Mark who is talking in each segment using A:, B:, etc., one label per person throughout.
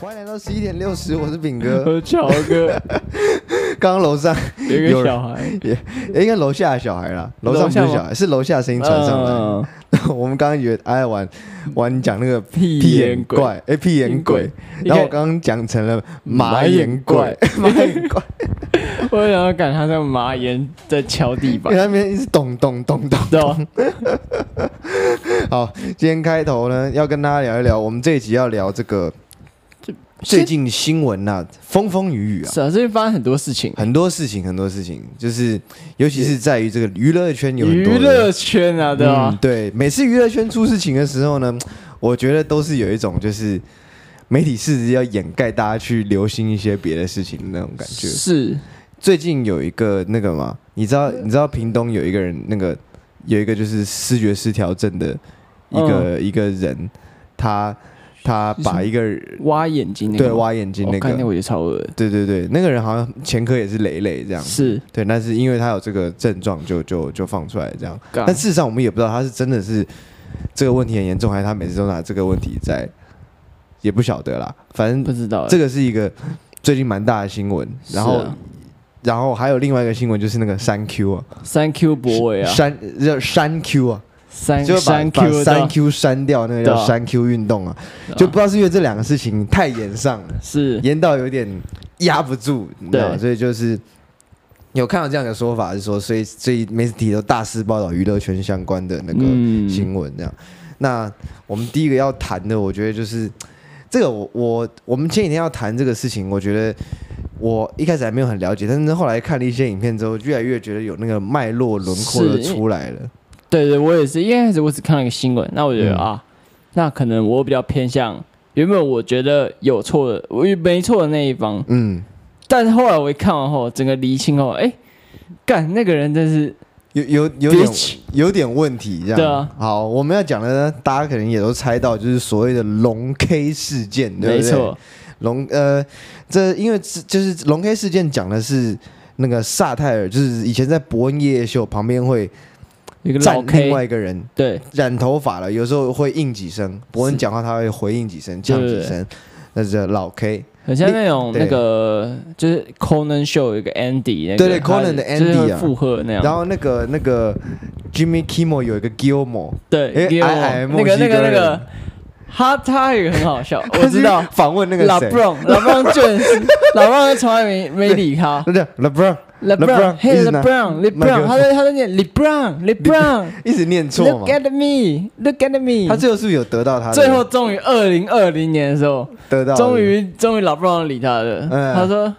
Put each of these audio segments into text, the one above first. A: 欢迎来到十一点六十，我是炳 哥。
B: 我乔呃哥
A: 刚刚楼上，
B: 有一个小孩，
A: 诶应该楼下的小孩啦，楼上不是
B: 楼下吗
A: 小孩，是楼下的声音传上来。
B: 嗯
A: 我们刚刚以为哎玩玩你讲那个
B: 屁
A: 屁
B: 眼
A: 眼
B: 鬼
A: 怪，哎屁眼鬼，
B: 你
A: 然后
B: 看
A: 我刚刚讲成了马
B: 马眼
A: 眼怪， 马 眼怪，
B: 我想要赶他在马岩在敲地
A: 因
B: 板
A: 为，那边一直咚咚咚咚。
B: 知道吗？
A: 好，今天开头呢，要跟大家聊一聊，我们这一集要聊这个最
B: 最近
A: 近新闻呐、风风雨雨啊，
B: 是啊，最近发生很多事情，
A: 很多事情，很多事情，就是尤其是在于这个娱乐圈有很多
B: 娱
A: 的
B: 乐圈啊，对
A: 嗯
B: 吧？
A: 对，每次娱乐圈出事情的时候呢，我觉得都是有一种就是媒体试着要掩盖大家去留心一些别的事情的那种感觉。
B: 是
A: 最近有一个那个嘛，你知
B: 呃
A: 道你知道屏东有一个人，那个有一个就是视觉失调症的一
B: 嗯
A: 个、一个人，他他把一个
B: 挖眼睛那个
A: 对
B: 吗，
A: 挖眼睛那
B: 我
A: 个，
B: 看那我就超恶的，
A: 对对对，那个人好像前科也是累累这样。
B: 是，
A: 对，但是因为他有这个症状就，就就放出来这样。
B: 干
A: 但事实上，我们也不知道他是真的是这个问题很严重，还是他每次都拿这个问题在，也不晓得啦。反
B: 不
A: 正
B: 知道
A: 这
B: 个，
A: 个是一个最近蛮大的新闻，然后、
B: 是啊
A: 然后还有另外一个新闻就是那个三 Q 啊，
B: 三 Q 博伟啊，
A: 删叫删 Q 啊，
B: 三
A: 就把
B: 三
A: 把
B: Q
A: 三
B: 的
A: Q 删掉，那个
B: 对
A: 叫
B: 啊
A: 删 Q 运动啊，
B: 对啊
A: 就不知道是因为这两个事情太严上 了。
B: 是
A: 严到有点压不住，你知道吗
B: 对
A: 所以就是有看到这样的说法，是说，所以所以媒体都大肆报道娱乐圈相关的那个
B: 嗯
A: 新闻这样。那我们第一个要谈的，我觉得就是这个我，我我们前几天要谈这个事情，我觉得我一开始还没有很了解，但是后来看了一些影片之后，越来越觉得有那个脉络轮廓的
B: 是
A: 出来了。
B: 对对，我也是一开始我只看了一个新闻，那我觉得、
A: 嗯
B: 啊，那可能我比较偏向原本我觉得有错的，我没错的那一方，
A: 嗯，
B: 但是后来我一看完后，整个厘清后，哎，干那个人真是
A: 有有有点
B: bitch，
A: 有点问题，这样。
B: 对啊
A: 好，我们要讲的呢，大家可能也都猜到，就是所谓的龙 K 事件，对
B: 没
A: 不对？
B: 错，
A: 龙呃，这因为这就是龙 K 事件讲的是那个萨泰尔，就是以前在伯恩夜夜秀旁边会
B: 一个老
A: 站另
B: K，
A: 外一个人
B: 对，
A: 染头发了，有时候会应几声，伯恩
B: 是
A: 讲话他会回应几声，呛
B: 对
A: 几
B: 对对
A: 声，那是老 K。
B: 很像那种
A: 对
B: 那个就是 Conan Show 有一个 Andy，那个
A: 对对
B: 他
A: Conan 的
B: 就是
A: Andy
B: 会
A: 啊
B: 附和那样，
A: 然后那个那个 Jimmy Kimmel 有一个 Gilmore，
B: 对
A: 诶，
B: 给我
A: 矮矮墨
B: 那个
A: 西
B: 那
A: 哥
B: 个那
A: 人
B: 个，他他也很好笑，
A: 他
B: 我
A: 去
B: 哦知道。
A: 访问 那个
B: 老
A: 谁
B: Brown，老 Brown 就是 老 Brown 从来没没理他。
A: 那叫 LeBron。
B: 老
A: LeBron，
B: Brown，
A: 一
B: 嘿
A: 直
B: 老
A: 拿
B: Brown，老
A: 麦克
B: Brown，他在他在念 LeBron，LeBron，Look
A: 一直念 错嘛。
B: at me，Look at me。
A: 他最后是不是有得到他的？
B: 最后终于二零二零年的时候，
A: 得到了，
B: 终于终于老 Brown 理他了。
A: 嗯
B: 他说，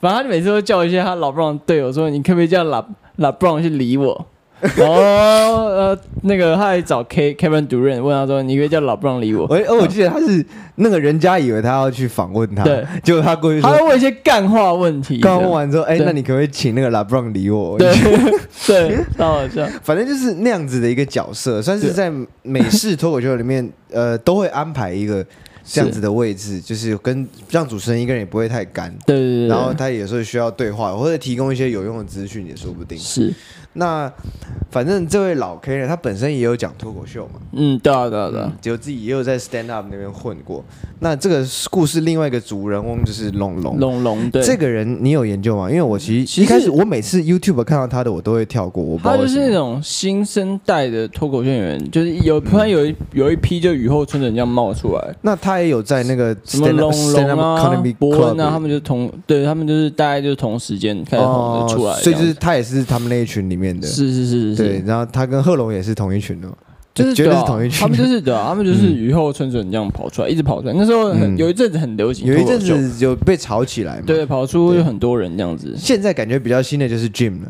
B: 反正他每次都叫一些他老 Brown 队友说，你可不可以叫老老 Brown 去理我？ 然后呃，那个他还找 K Kevin 主任问他说，你可不可以叫老 Brown 理我？
A: 我而我记得他是那个人家以为他要去访问他，
B: 对，
A: 结果他过去
B: 他
A: 说，
B: 会问一些干话问题。
A: 刚问完之后，哎，
B: 对
A: 那你可不可以请那个拉布朗理我？
B: 对 对，超好笑。
A: 反正就是那样子的一个角色，算是
B: 对
A: 在美式脱口秀里面， 呃，都会安排一个这样子的位置，就是跟让主持人一个人也不会太干，
B: 对对对，
A: 然后他有时候需要对话或者提供一些有用的资讯也说不定。
B: 是，
A: 那反正这位老 K 呢，他本身也有讲脱口秀嘛，
B: 嗯，对啊对啊对啊，
A: 就自己也有在 stand up 那边混过。那这个故事另外一个主人翁就是龙龙，
B: 龙龙对，
A: 这个人你有研究吗？因为我其实
B: 其实
A: 一开始我每次 YouTube 看到他的，我都会跳过，我不知道
B: 他就
A: 为什
B: 是那
A: 么。
B: 种新生代的脱口秀演员，就是有突然有一有一批就雨后春笋这样冒出来，
A: 那他也有在那个
B: 什么
A: stand up
B: 龙
A: stand
B: 龙
A: up
B: 啊
A: comedy、
B: 伯恩
A: club
B: 啊，他们就同对他们就是大概就是同时间开始红
A: 哦
B: 的出来这
A: 所以
B: 样
A: 就是
B: 子，
A: 他也是他们那一群里面的。
B: 是是是是
A: 对，
B: 是，
A: 然后他跟贺龙也是同一群的嘛，
B: 就是
A: 绝对
B: 对
A: 是
B: 啊
A: 同一群。
B: 他们就是对啊，他们就是
A: 嗯
B: 雨后春笋这样跑出来，一直跑出来。那时候很
A: 嗯
B: 有一阵子很流 行
A: 有
B: 脱
A: 一
B: 口秀，
A: 阵子有被炒起来嘛。，
B: 对跑出
A: 对
B: 有很多人这样子，
A: 现在感觉比较新的就是 Jim 了，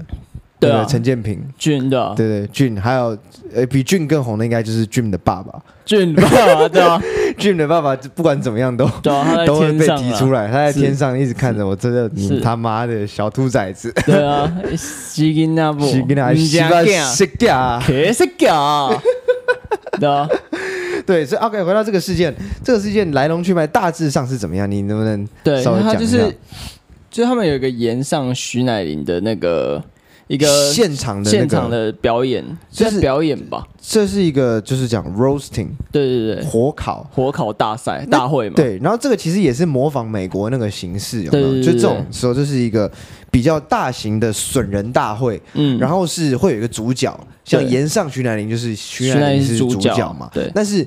B: 对啊
A: 那个陈建平。
B: 俊的啊
A: 对对，俊还有呃，比俊更红的应该就是 Jim 的爸爸。
B: 俊爸爸 对啊
A: Jim 的爸爸不管怎么样都
B: 对啊，他在
A: 都会
B: 天
A: 被
B: 上
A: 提
B: 啊
A: 出来，他在
B: 是
A: 天上一直看着我，真的你
B: 是
A: 他妈的小兔崽子，
B: 对啊，西金那 不，
A: 西跟他西巴
B: 啊
A: 西嘎。
B: 谁 是狗？对啊，
A: 对，所以 OK，回到这个事件，这个事件来龙去脉大致上是怎么样？你能不能
B: 对，
A: 稍微
B: 他
A: 讲
B: 就
A: 一下
B: 是，就是他们有一个延上徐乃麟的那个一个
A: 现场的、那个、
B: 现场，的表演，
A: 就是
B: 算表演吧。
A: 这是一个就是讲 roasting
B: 对对对，
A: 火烤。
B: 火烤大赛
A: 那
B: 大会嘛，
A: 对，然后这个其实也是模仿美国那个形式，有没有？
B: 对对
A: 就
B: 对
A: 这种时候，就是一个比较大型的损人大会，
B: 嗯，
A: 然
B: 后
A: 后是会有一个主角，像
B: 对
A: 岩上徐乃麟就是徐
B: 徐乃
A: 乃麟
B: 麟
A: 是
B: 是主
A: 主
B: 角
A: 角嘛，
B: 对
A: 但是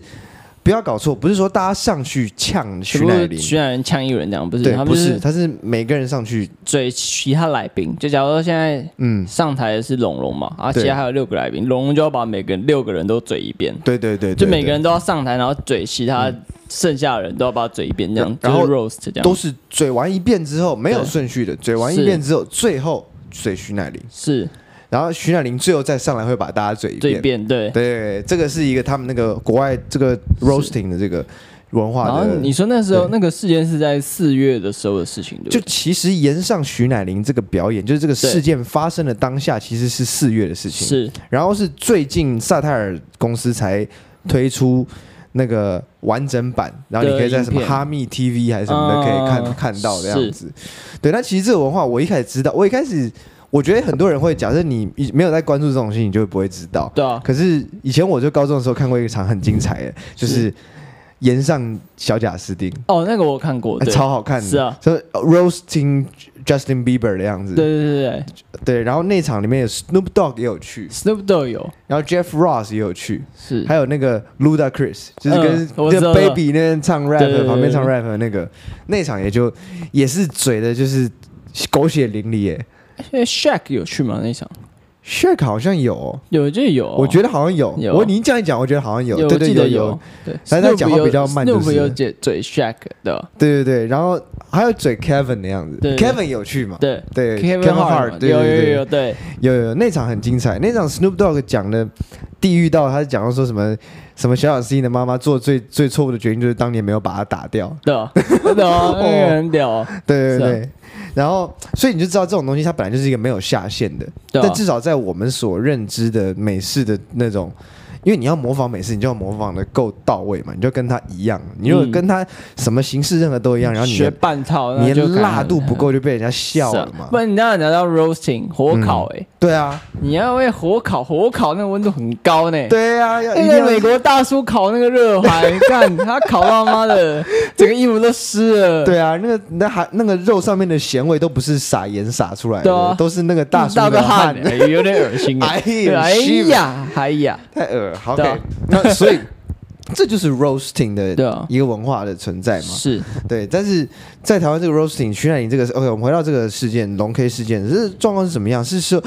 A: 不要搞错，不是说大家上去呛徐乃麟，
B: 徐乃麟呛一人这样，不是，
A: 对
B: 他，们
A: 不，
B: 就是是
A: 他是每个人上去，
B: 追其他来宾。就假如说现在
A: 嗯，
B: 上台的是龙龙嘛，啊，
A: 对
B: 其他还有六个来宾，龙龙就要把每个人六个人都嘴一遍，
A: 对对对，
B: 就
A: 对
B: 每个
A: 对
B: 人都要上台，然后嘴其他剩下的人都要把他嘴一遍，这样，
A: 然后
B: 就是 roast 这样，
A: 都是嘴完一遍之后没有
B: 对
A: 顺序的，嘴完一
B: 是
A: 遍之后，最后嘴徐乃麟，
B: 是
A: 然后徐乃麟最后再上来会把大家嘴一
B: 嘴一
A: 遍。
B: 遍对。
A: 对，这个是一个他们那个国外这个 roasting 的这个文
B: 然
A: 化
B: 后
A: 的。
B: 你说那时候
A: 对
B: 那个事件是在四月的时候的事情，对不
A: 就
B: 对？
A: 其实延上徐乃麟这个表演，就是这个事件发生的当下，其实是四月的事情。，
B: 是
A: 然后是最近萨泰尔公司才推出那个完整版，然后你可以在什么
B: 的影片
A: 哈密 TV 还是什么的可以看、
B: 啊
A: 看到的
B: 是
A: 样子。对，那其实这个文化我一开始知道，我一开始我觉得很多人会，假设你没有在关注这种事情，你就不会知道。
B: 对啊，
A: 可是以前我就高中的时候看过一场很精彩的，就是岩上小贾斯汀，
B: 哦，那个我看过，
A: 哎
B: 对，
A: 超好看的，
B: 是啊
A: 就是 roasting Justin Bieber 的样子，
B: 对对对对
A: 对然后那场里面有 Snoop Dogg 也有去，
B: ，Snoop Dogg 有
A: 然后 Jeff Ross 也有去，
B: 是，
A: 还有那个 Ludacris，就是跟
B: 嗯我知
A: 那
B: 道
A: Baby 那边唱 rap，
B: 对对对
A: 旁边唱 rap 的那个那场也就也是嘴的，就是狗血淋漓耶。
B: 因为 Shaq 有去吗？那场
A: Shaq 好像有哦、
B: 有就有，
A: 我觉得好像有。
B: 有
A: 我你这样一讲，我觉得好像有。
B: 有，
A: 对
B: 我
A: 对
B: 记得
A: 有有，
B: 对，
A: 但是他讲话比较慢就是
B: Snoop 有嘴嘴 Shaq 的，
A: 对对对，然后还有嘴 Kevin 的样子
B: 对对
A: ，Kevin 有去嘛？
B: 对
A: 对
B: Kevin
A: Hart，
B: 嘛
A: 对
B: 有
A: 对
B: 有
A: 对
B: 有对，
A: 有有有那场很精彩，那场 Snoop Dogg 讲的地狱到，他讲到说什么什么小小 C 的妈妈做最最错误的决定就是当年没有把他打掉，
B: 的，真的哦，那个很屌哦，
A: 对对
B: 是啊
A: 对，然后所以你就知道这种东西它本来就是一个没有下限的，
B: 对啊
A: 但至少在我们所认知的美式的那种。因为你要模仿美式，你就要模仿的够到位嘛，你就跟他一样。你如果
B: 嗯
A: 跟他什么形式任何都一样，然后你
B: 学
A: 的
B: 半套，
A: 你
B: 那就
A: 的
B: 可能
A: 辣度不够，就被人家笑
B: 是
A: 了
B: 啊
A: 嘛
B: 不。然你刚刚讲到 roasting 火烤，哎，
A: 对啊，
B: 你要为火烤，火烤那个温度很高呢。
A: 对啊，要一
B: 那
A: 定
B: 个
A: 要
B: 美国大叔烤那个 热海，干他烤到妈的，整个衣服都湿了。
A: 对啊，那个那还那个肉上面的咸味都不是撒盐撒出来的，
B: 对啊
A: 都是那个大叔
B: 大
A: 的
B: 个汗，哎有点恶心
A: 哎
B: 哎。对
A: 呀
B: 哎
A: ，shiver
B: 呀，哎呀，
A: 太恶好
B: 对
A: OK，
B: 啊
A: 那所 以这就是 roasting
B: 对
A: 的
B: 啊
A: 一个文化的存在嘛。
B: 是
A: 对，但是在台湾这个 roasting，徐乃麟这个 OK，我们回到这个事件，龙 K 事件，这状况是怎么样？是说，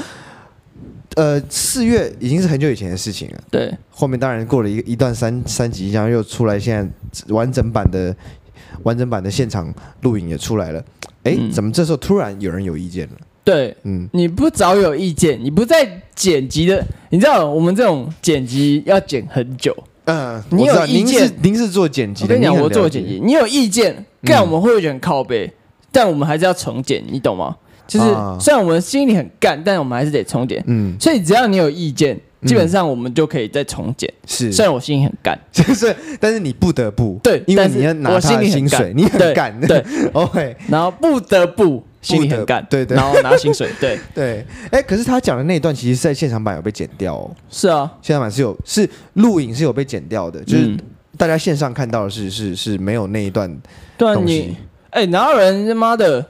A: 呃，四月已经是很久以前的事情了。
B: 对，
A: 后面当然过了一一段三三级，然后又出来现在完整版的完整版的现场录影也出来了。哎，
B: 嗯
A: 怎么这时候突然有人有意见了？
B: 对，
A: 嗯，
B: 你不早有意见，你不在剪辑的，你知道我们这种剪辑要剪很久。
A: 嗯，
B: 你
A: 我知道
B: 有意
A: 您是
B: 见
A: 您是做剪辑
B: 我
A: 的，
B: 跟你讲，
A: 您很
B: 我做
A: 了解嗯
B: 剪辑，，你有意见，干我们会有点靠背，但我们还是要重剪，你懂吗？就是
A: 啊
B: 虽然我们心里很干，但我们还是得重剪。
A: 嗯，
B: 所以只要你有意见，基本上我们就可以再重剪。
A: 是，
B: 虽然我心里很干，
A: 就是，但是你不得不
B: 对
A: 因为
B: 但是
A: 你要拿
B: 我
A: 他
B: 心
A: 的
B: 里很
A: 薪水，
B: 干
A: 你很
B: 对
A: 干，
B: 对
A: ，OK，
B: 然后不得不心里很干，
A: 对对
B: 然后拿薪水， 对，
A: 对，哎，可是他讲的那一段，其实是在现场版有被剪掉哦，
B: 是啊，
A: 现场版是有是录影是有被剪掉的，就是
B: 嗯
A: 大家线上看到的是是是没有那一段
B: 对啊，
A: 东
B: 你
A: 西，
B: 哎、哪有人他妈的，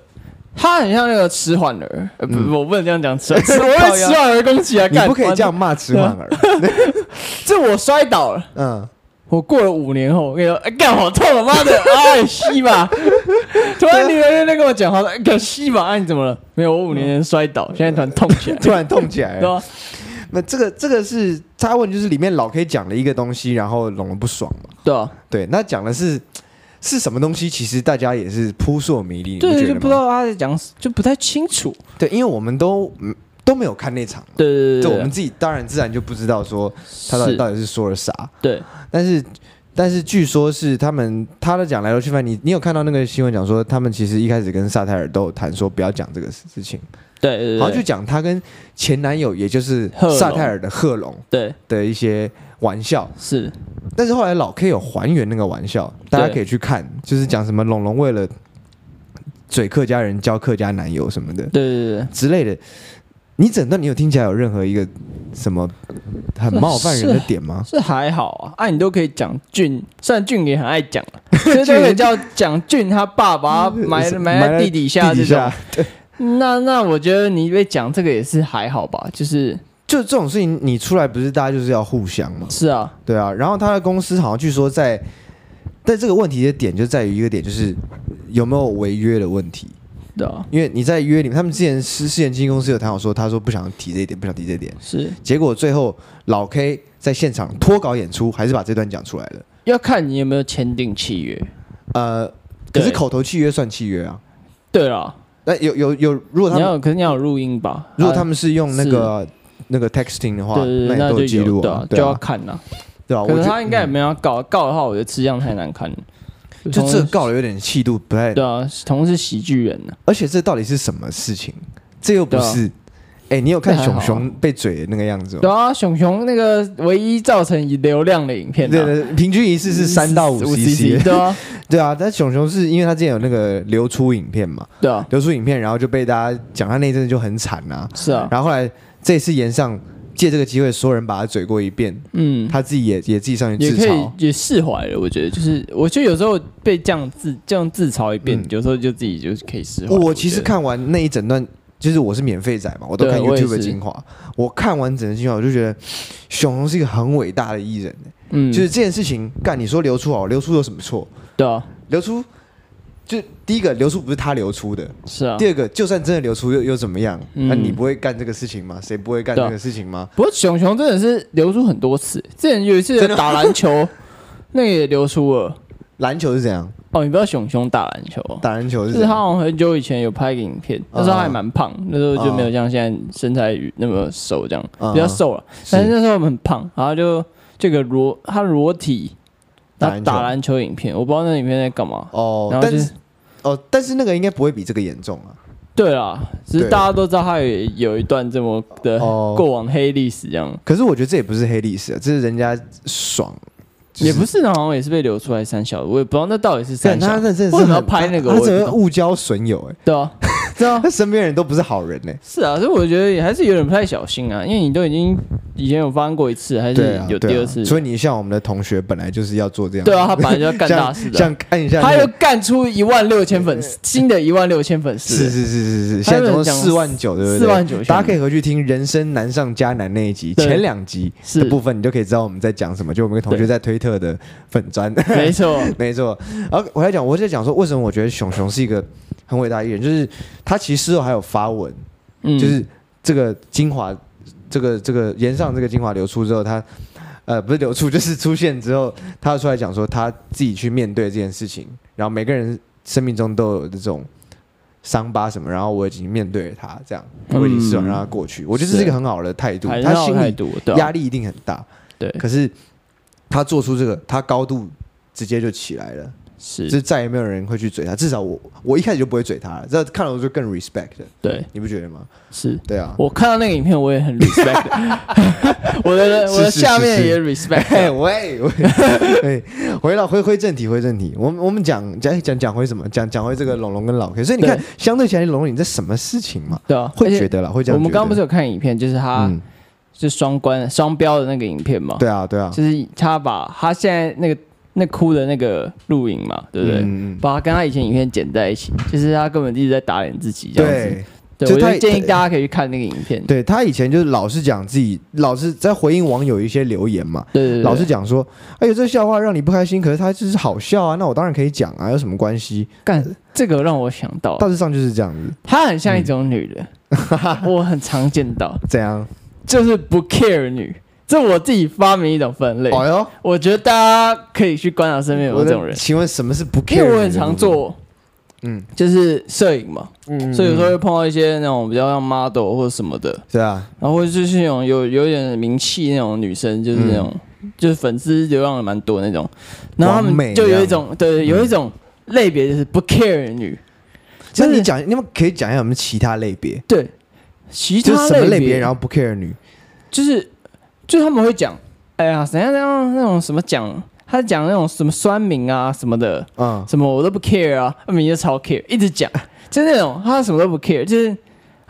B: 他很像那个迟缓儿，呃不、我不能这样讲迟，迟我被迟缓儿攻击啊，
A: 嗯你
B: 干啊
A: 不可以这样，骂迟缓 儿，
B: 这我摔倒了。
A: 嗯，
B: 我过了五年后，我跟你说，哎干好痛啊！妈的， 哎西吧！突然你人在跟我讲话，哎干西吧！哎你怎么了？没有，我五年前摔倒，现在突然痛 起来，
A: 突然痛起来
B: 对啊
A: 了。
B: 吧？
A: 那这个这个是他问，就是里面老 K 讲了一个东西，然后龙龙不爽嘛？
B: 对啊，
A: 对，那讲的是是什么东西？其实大家也是扑朔迷离，你
B: 对，
A: 觉
B: 就
A: 得
B: 不知
A: 吗？
B: 道他在讲，就不太清楚。
A: 对，因为我们都嗯都没有看那场，
B: 对
A: 对，
B: 对对，
A: 我们自己当然自然就不知道说他到底
B: 是
A: 到底是说了啥，
B: 对
A: 但是。但是据说是他们他的讲来龙去脉，你你有看到那个新闻讲说，他们其实一开始跟萨泰尔都有谈说不要讲这个事事情，
B: 对对，
A: 好像就讲他跟前男友，也就是
B: 贺龙
A: 萨泰尔的贺龙
B: 对
A: 的一些玩笑，
B: 是
A: 但是后来老 K 有还原那个玩笑，大家可以去看，就是讲什么龙龙为了嘴客家人交客家男友什么的
B: 对对对
A: 之类的，你整段你有听起来有任何一个什么很冒犯人的点吗？
B: 是还好啊，啊，你都可以讲俊，虽然俊也很爱 讲，啊所以这个叫讲俊他爸爸埋埋在地底下
A: 地
B: 这
A: 底
B: 种
A: 下。，
B: 那那我觉得你被讲这个也是还好吧，就是
A: 就这种事情，你出来不是大家就是要互相吗？
B: 是啊，
A: 对啊，然后他的公司好像据说在，但这个问题的点就在于一个点，就是有没有违约的问题。
B: 对啊，
A: 因为你在约里面，他们之前是私人经纪公司有谈好说，他说不想提这一点，不想提这一点。
B: 是
A: 结果最后老 K 在现场脱稿演出，还是把这段讲出来了。
B: 要看你有没有签订契约。
A: 呃，可是
B: 对
A: 口头契约算契约啊。
B: 对了，
A: 那有有有，如果他
B: 你
A: 们
B: 要有可是你要有录音吧？
A: 如果
B: 啊
A: 他们是用那个那个 texting 的话，
B: 对对对，
A: 也
B: 那
A: 都
B: 就
A: 有记
B: 有
A: 录
B: 对
A: 啊
B: 啊，
A: 对
B: 就要
A: 啊，
B: 看了。
A: 对啊。我
B: 可是
A: 觉
B: 他
A: 得
B: 应该也
A: 嗯
B: 没有要告，告的话我觉得吃相太难看了。
A: 就
B: 同
A: 这
B: 时
A: 告了有点气度不太，
B: 对啊，同是喜剧人啊呢、
A: 而且这到底是什么事情？这又不
B: 对啊
A: 是。哎，你有看
B: 这还
A: 熊
B: 好啊
A: 熊被嘴的那个样子
B: 对
A: 吗？
B: 啊，熊熊那个唯一造成流量的影片、啊，
A: 对对，平均一次是三到五 cc。
B: 对啊，
A: 对啊，但熊熊是因为他之前有那个流出影片嘛，
B: 对啊，
A: 流出影片，然后就被大家讲他那一阵子就很惨啊。
B: 是啊，
A: 然后后来这次延上借这个机会，所有人把他嘴过一遍，
B: 嗯，
A: 他自己也也自己上去
B: 也
A: 自
B: 可以
A: 嘲。
B: 也释怀了。我觉得就是，我觉得有时候被这样自这样自嘲一遍，
A: 嗯
B: 有时候就自己就是可以释怀。
A: 我其实
B: 觉得
A: 看完那一整段，就是我是免费仔嘛，我都
B: 对啊
A: 看
B: 我也
A: YouTube 的
B: 是
A: 精华。我看完整个精华，我就觉得熊熊是一个很伟大的艺人、欸
B: 嗯，
A: 就是这件事情，干你说流出好，流出有什么错？
B: 对啊，
A: 流出就第一个流出不是他流出的，
B: 是啊。
A: 第二个，就算真的流出又又怎么样？那、
B: 嗯
A: 你不会干这个事情吗？谁不会干
B: 对
A: 这
B: 啊
A: 个事情吗？
B: 不过熊熊真的是流出很多次，之前有一次打篮球， 那个也流出了。
A: 篮球是怎样？
B: 哦，你不知道熊熊打篮球、哦，
A: 打篮球是
B: 就
A: 怎
B: 是他
A: 样？啊
B: 好像很久以前有拍一个影片，那时候还蛮胖，那时候就没有像现在身材那么瘦，这样
A: 嗯
B: 比较瘦了。但是那时候很胖，然后就这个裸他裸体，
A: 打
B: 他
A: 篮球
B: 打篮球影片，我不知道那影片在干嘛。
A: 哦，
B: 然后
A: 但
B: 就是
A: 是哦，但是那个应该不会比这个严重啊。
B: 对啦，只是
A: 对
B: 大家都知道他有有一段这么的
A: 哦
B: 过往黑历史，这样
A: 可是我觉得这也不是黑历史、啊，这是人家爽，就是
B: 也不是，啊好像也是被流出来三小的，我也不知道那到底是
A: 对
B: 三
A: 他
B: 小
A: 那。真的是
B: 为什么要
A: 很
B: 拍那个
A: 他
B: 我也
A: 整
B: 不
A: 个
B: 懂
A: 误交损友哎、
B: 对 啊，对啊，
A: 他身边人都不是好人呢、
B: 是啊，所以我觉得也还是有点不太小心啊，因为你都已经以前有发生过一次，还
A: 对
B: 是
A: 啊，
B: 有
A: 对
B: 第
A: 啊
B: 二次，
A: 所以你像我们的同学，本来就是要做这样，
B: 对啊，他本来就要干大
A: 像
B: 事的，
A: 像看一下那
B: 他
A: 个、
B: 又干出一万六千粉丝，新的一万六千粉
A: 是
B: 丝，
A: 是是是是，
B: 他
A: 现在
B: 有
A: 总共
B: 讲
A: 四万九，对不对？
B: 49,000
A: 大家可以回去听《人生难上加难》那一集，
B: 对
A: 前两集
B: 是
A: 的部分，你就可以知道我们在讲什么。就我们一个同学
B: 对
A: 在推特的粉 砖，
B: 没错，
A: 没错。然后我在讲，我在讲说，为什么我觉得熊熊是一个很伟大的艺人，就是他其实事后还有发文，
B: 嗯，
A: 就是这个精华，这个这个延上这个精华流出之后，他呃不是流出，就是出现之后，他出来讲说他自己去面对这件事情，然后每个人生命中都有这种伤疤什么，然后我已经面对了他，这样我已经试完
B: 嗯
A: 让他过去，我觉得这是一个很好的态度，
B: 还是
A: 他心
B: 态
A: 里
B: 度，对啊
A: 压力一定很大，
B: 对，，
A: 可是他做出这个，他高度直接就起来了，就是是再也没有人会去追他，至少我我一开始就不会追他了，这看了我就更 respect 了，
B: 对，
A: 你不觉得吗？
B: 是。
A: 对啊，
B: 我看到那个影片，我也 很 respect，我的
A: 是
B: 我的
A: 是
B: 下面
A: 是
B: 也
A: 哎
B: respect，
A: 喂喂， 哎，回到回回正题，回正题，我们我们讲讲讲讲回什么？讲讲回这个龙龙跟老 K，所以你看，相对起来，龙龙你在什么事情嘛？
B: 对啊，
A: 会
B: 而且
A: 觉得啦，会这样觉得。
B: 我们刚刚不是有啊看影片，就是他
A: 嗯，
B: 是双关双标的那个影片嘛，
A: 对啊，对啊，
B: 就是他把他现在那个那哭的那个录影嘛，对不对？
A: 嗯嗯
B: 把他跟他以前影片剪在一起，就是他根本一直在打脸自己这样子。
A: 嗯对
B: 对，
A: 就
B: 我
A: 他
B: 就建议大家可以去看那个影片。
A: 对，他以前就是老是讲自己，老是在回应网友一些留言嘛，
B: 对对对，
A: 老是讲说，哎呦，这笑话让你不开心，可是他就是好笑啊，那我当然可以讲啊，有什么关系？
B: 干这个让我想到，
A: 大致上就是这样子，
B: 她很像一种女人，
A: 嗯
B: 我很常见到，
A: 怎样？
B: 就是不 care 女。这我自己发明一种分类，
A: 哎呦，
B: 我觉得大家可以去观察身边有没有
A: 的
B: 这种人，
A: 请问什么是不 care？
B: 因为我很
A: 你的部
B: 常
A: 分，
B: 做，
A: 嗯
B: 就是摄影嘛，
A: 嗯
B: 所以有时候
A: 嗯
B: 会碰到一些那种比较像 model 或者什么的，
A: 对啊，
B: 然后就是那种有有点名气那种女生，就是那种、就是粉丝流量也蛮多那种，然后他
A: 嗯完美
B: 们
A: 这
B: 就
A: 样嗯
B: 有一种对，有一种类别就是不 care 女，
A: 那
B: 就是
A: 你讲，你们可以讲一下我们其他类别，
B: 对，其
A: 就是
B: 他
A: 什么类别，
B: 别，
A: 然
B: 后
A: 后不 care 女
B: 就是就是他们会讲，哎呀，怎样怎样那种什么讲，他讲那种什么酸民啊什么的，
A: 啊、
B: 什么我都不 care 啊，他们就超 care，一直讲，就那种他什么都不 care，就是。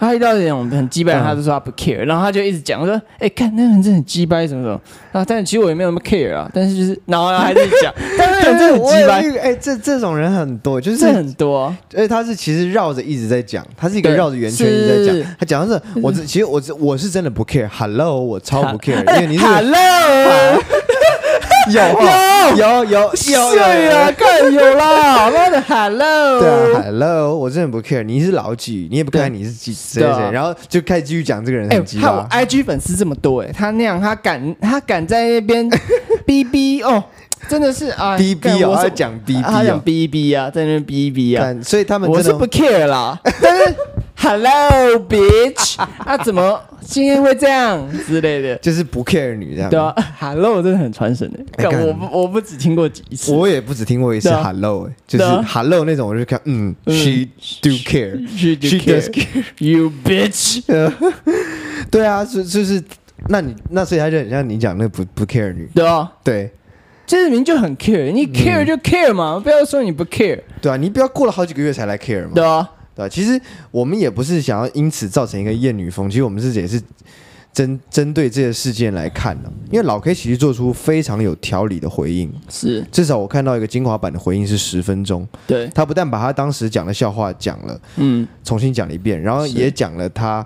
B: 他遇到那种很鸡掰的
A: 嗯
B: 人，他就说他不 care，、然后他就一直讲说，哎、看那个人真的很鸡掰什么什么啊，但其实我也没有那么 care 啊，但是就是然后他还是 讲，但那个人真的很鸡
A: 我有
B: 掰，
A: 遇哎，这这种人很多，就是
B: 这很多啊、
A: 而且他是其实绕着一直在讲，他是一个
B: 对
A: 绕着圆圈一直在
B: 是
A: 讲。他讲的 是我这其实我这我是真的不 care，Hello，我超不 care，因为你是
B: Hello，
A: 有哦有有有
B: 是
A: 有有
B: 啊，看有 啦，妈的 Hello，
A: 对啊，Hello，我真的不 care，你是老几，你也不看你是几谁
B: 对
A: 谁
B: 啊
A: 谁，然后就开始继续讲这个人
B: 哎、
A: 很鸡
B: 看我
A: 巴。
B: IG 粉丝这么多、哎，他那样，他敢，他敢在那边 逼逼哦，真的是啊
A: D
B: 干
A: B 哦，
B: 我
A: 他
B: 是
A: 在讲 D
B: 啊他
A: B
B: 讲
A: 哦，
B: 逼逼啊，在那边逼逼啊，
A: 看所以他们
B: 我
A: 真
B: 是
A: 的
B: 不 care 啦， 但是 Hello bitch，啊怎么今天会这样之类的，
A: 就是不 care 女这样。
B: 对啊，Hello 真的很传神的、
A: 哎
B: 干
A: 干
B: 我不我不只听过几 次，
A: 我也不只听过一次
B: 对啊
A: hello，哎就是
B: 对啊
A: hello 那种，我就看，嗯
B: 嗯
A: ，she do care，
B: She do
A: She does
B: care. you bitch，
A: 对啊，就就是，那你那所以他就很像你讲那个不不 care 女，
B: 对啊，
A: 对
B: 这明明就很 care，你 care
A: 嗯
B: 就 care 嘛，不要说你不 care，
A: 对啊，你不要过了好几个月才来 care 嘛，
B: 对啊，
A: 对啊，其实我们也不是想要因此造成一个厌女风，其实我们自己也是针针对这些事件来看呢、因为老 K 其实做出非常有条理的回应，
B: 是
A: 至少我看到一个精华版的回应是十分钟，
B: 对，
A: 他不但把他当时讲的笑话讲了，
B: 嗯，
A: 重新讲了一遍，然后
B: 是
A: 也讲了他，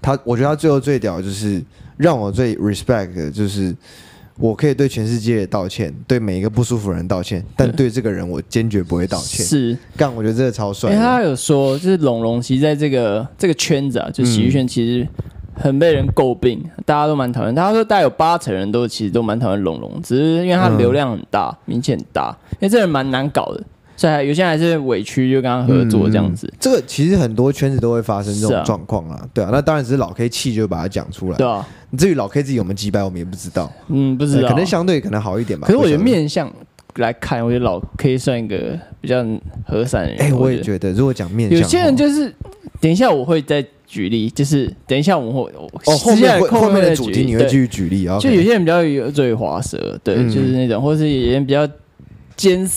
A: 他我觉得他最后最屌的就是让我最 respect 的就是我可以对全世界道歉，对每一个不舒服的人道歉，但对这个人我坚决不会道歉。
B: 是。
A: 干，我觉得这个超
B: 因
A: 帅
B: 为
A: 的。
B: 他有说，就是龙龙其实在这个这个圈子啊，就喜剧
A: 嗯
B: 圈其实很被人诟病，大家都蛮讨厌。他说大概有八成人都其实都蛮讨厌龙龙，只是因为他流量很大，名气很大，因为这人蛮难搞的，所以还有些人还是委屈就跟他合作这样子，
A: 这个其实很多圈子都会发生这
B: 是
A: 种
B: 啊
A: 状况啦，对啊，那当然只是老 K 气就把它讲出来
B: 对。啊，不
A: 至于老 K 自己有没有击败，我们也不知道，
B: 嗯，不知
A: 对
B: 道，
A: 可能相对啊可能好一点吧。
B: 可是我觉得
A: 不晓得，
B: 面相来看，我觉得老 K 算一个比较和善的人。
A: 哎，我也
B: 觉
A: 觉得，如果讲面
B: 得
A: 相，哦
B: 有些人就是，等一下我会再举例，就是等一下我们会我
A: 哦，后
B: 接下
A: 面
B: 来
A: 会后面
B: 再
A: 的主
B: 举
A: 题
B: 例
A: 你会
B: 对
A: 继续举例啊，
B: 就
A: OK
B: 有些人比较油嘴滑舌，对，
A: 嗯
B: 就是那种，或是有些人比较尖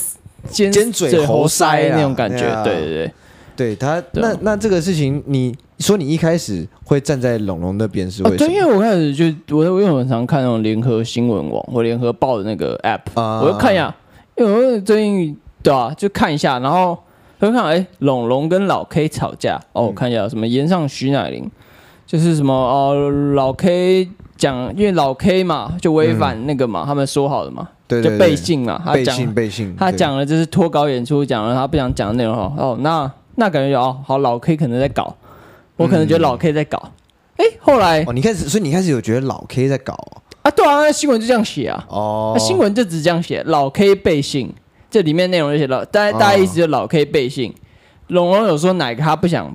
B: 尖
A: 尖嘴
B: 猴
A: 猴腮
B: 腮
A: 啦
B: 那种感觉
A: 对啊，
B: 对对对，
A: 对他，
B: 对
A: 那
B: 啊
A: 那这个事情，你说你一开始会站在龙龙那边是
B: 啊
A: 为什
B: 对，因
A: 么？
B: 为我开始就我我有很常看那种联合新闻网或联合报的那个 app，
A: 啊
B: 我就看一下，因为我最近对啊，就看一下，然后我就看哎，龙龙跟老 K 吵架，哦，
A: 嗯
B: 我看一下什么岩上徐乃麟，就是什么哦老 K 讲，因为老 K 嘛就违反那个嘛，他们说好的嘛，
A: 嗯对对
B: 就背信嘛，他
A: 背
B: 讲
A: 信背信，
B: 他
A: 对
B: 讲了就是脱稿演出，讲了他不想讲的内容哦，哦，那那感觉哦，好老 K 可能在搞，我可能
A: 嗯
B: 觉得老 K 在搞，哎、后来
A: 哦，你开始，所以你开始有觉得老 K 在搞
B: 啊，对啊，那新闻就这样写啊，
A: 哦，
B: 那新闻就只这样写，老 K 背信，这里面内容就写老，大
A: 哦
B: 家大家意思就是老 K 背信，龙龙有说哪个他不想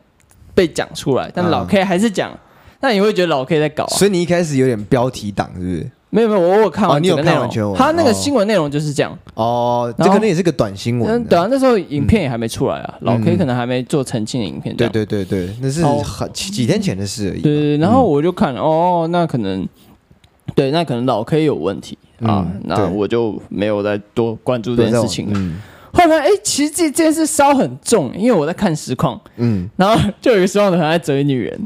B: 被讲出来，但
A: 嗯
B: 老 K 还是讲，那你会觉得老 K 在搞啊？
A: 所以你一开始有点标题党是不是？
B: 没有没有，我我看
A: 哦
B: 完
A: 你有
B: 整个
A: 看
B: 内容，
A: 完全文
B: 他那
A: 哦
B: 个新闻内容就是这样。
A: 哦，这
B: 然后
A: 可能也是个短新闻
B: 嗯，
A: 啊，
B: 对啊，那时候影片也还没出来啊，老 K 可能还没做澄清的影片这
A: 对
B: 样。
A: 对对对，那是
B: 哦
A: 很几几天前的事而已吧。
B: 对对对，然后我就看了，哦，那可能，对，那可能老 K 有问题啊
A: 嗯，对
B: 那我就没有再多关注
A: 嗯
B: 这件事情。啊
A: 嗯
B: 后来，哎，其实这这件事烧很重，因为我在看实况，
A: 嗯，
B: 然后就有一个实况的很爱追女 人，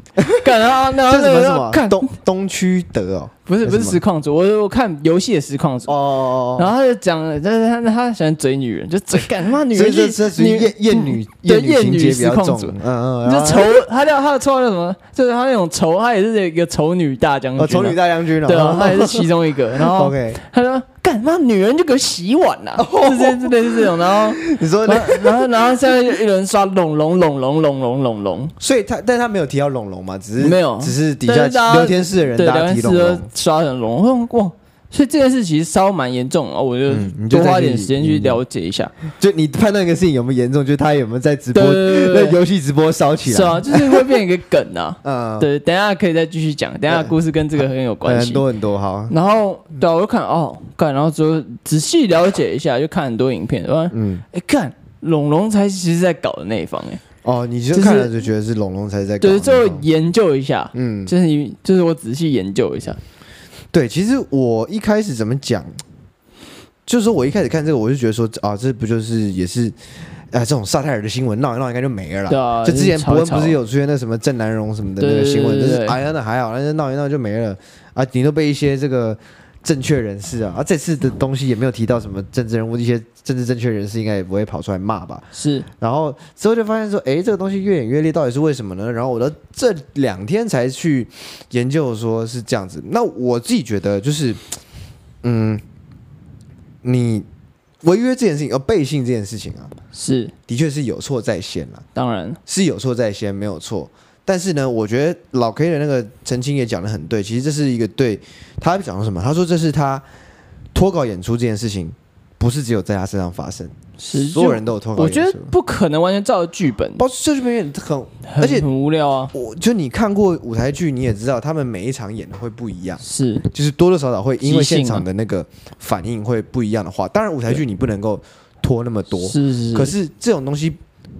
B: 干啊，那
A: 这
B: 那
A: 什么
B: 那
A: 什
B: 干
A: 么东东区德哦
B: 不是
A: 还
B: 不
A: 是
B: 是
A: 什么
B: 实况组，我我看游戏的实况组。
A: 哦，
B: 然后他就讲了，就是他他喜欢追女人，就追干他妈女
A: 所以
B: 人
A: 这
B: 是
A: 这属于厌厌女
B: 对
A: 女情节比
B: 实
A: 较
B: 况
A: 重
B: 组，
A: 嗯嗯，
B: 你就
A: 然后
B: 仇，他叫他的绰号叫什么？就是他那种仇，他也是一个仇女大将军啊、
A: 哦，丑女大将军了，哦
B: 对啊，他也是其 中一个。然后
A: OK，
B: 他说：“干妈，女人就给我洗碗啦、
A: 哦
B: 是这是类似这种。然 后，
A: 你说那
B: 然后，然后，然后现在就一轮刷拢拢拢拢拢拢拢拢，
A: 所以他，但是他没有提到龙龙嘛，只是
B: 没有
A: 只是底
B: 但是
A: 下
B: 大家
A: 聊天室的人
B: 对，
A: 大家
B: 聊
A: 提
B: 天
A: 龙
B: 室都
A: 龙，
B: 刷成龙龙哇。所以这件事其实稍蛮严重哦，我就
A: 嗯你就
B: 多花
A: 再去
B: 点时间去
A: 嗯
B: 了解一下。
A: 就你判断一个事情有没有严重，就是他有没有在直播
B: 对对对
A: 那
B: 对
A: 游戏直播烧起来，
B: 是 啊，就是会变一个梗啊。
A: 嗯，
B: 对，等一下可以再继续讲，等一下
A: 对
B: 故事跟这个很有关系
A: 很。多很多好，
B: 然后对啊、我就看哦，看，然后之后仔细了解一下，就看很多影片，然后
A: 嗯，
B: 哎看龙龙才其实在搞的那一方哎、
A: 哦，你就
B: 就是
A: 看了就觉得是龙龙才在搞
B: 对，
A: 那种，
B: 最后研究一下，
A: 嗯，
B: 就是你就是我仔细研究一下，
A: 对，其实我一开始怎么讲，就是说我一开始看这个，我就觉得说啊，这不就是也是啊、这种萨泰尔的新闻闹一闹应该就没了啦。
B: 对啊
A: 就之前
B: 就是吵
A: 伯
B: 一
A: 恩
B: 吵
A: 不是有出现那什么郑南荣什么的
B: 对
A: 那个新闻，
B: 对
A: 就
B: 对
A: 是
B: 对
A: 哎呀那还好，但是闹一闹就没了啊，你都被一些这个正确人士啊，啊这次的东西也没有提到什么政治人物，一些政治正确人士应该也不会跑出来骂吧。
B: 是
A: 然后之后就发现说，哎，这个东西越演越烈，到底是为什么呢？然后我到这两天才去研究，说是这样子。那我自己觉得就是，嗯，你违约这件事情，呃，背信这件事情啊，
B: 是，
A: 的确是有错在先啦，
B: 当然
A: 是有错在先，没有错。但是呢，我觉得老 K 的那个澄清也讲的很对，其实这是一个对他讲了什么？他说这是他脱稿演出这件事情，不是只有在他身上发生，
B: 是
A: 所有人都有脱稿
B: 我
A: 演出。
B: 觉得不可能完全照着剧本，
A: 包括社区表演很，
B: 很
A: 而且
B: 很无聊啊。
A: 我就你看过舞台剧，你也知道他们每一场演的会不一样，
B: 是
A: 就是多多少少会因为
B: 即兴啊
A: 现场的那个反应会不一样的话，当然舞台剧你不能够拖那么多，
B: 是是，
A: 可是这种东西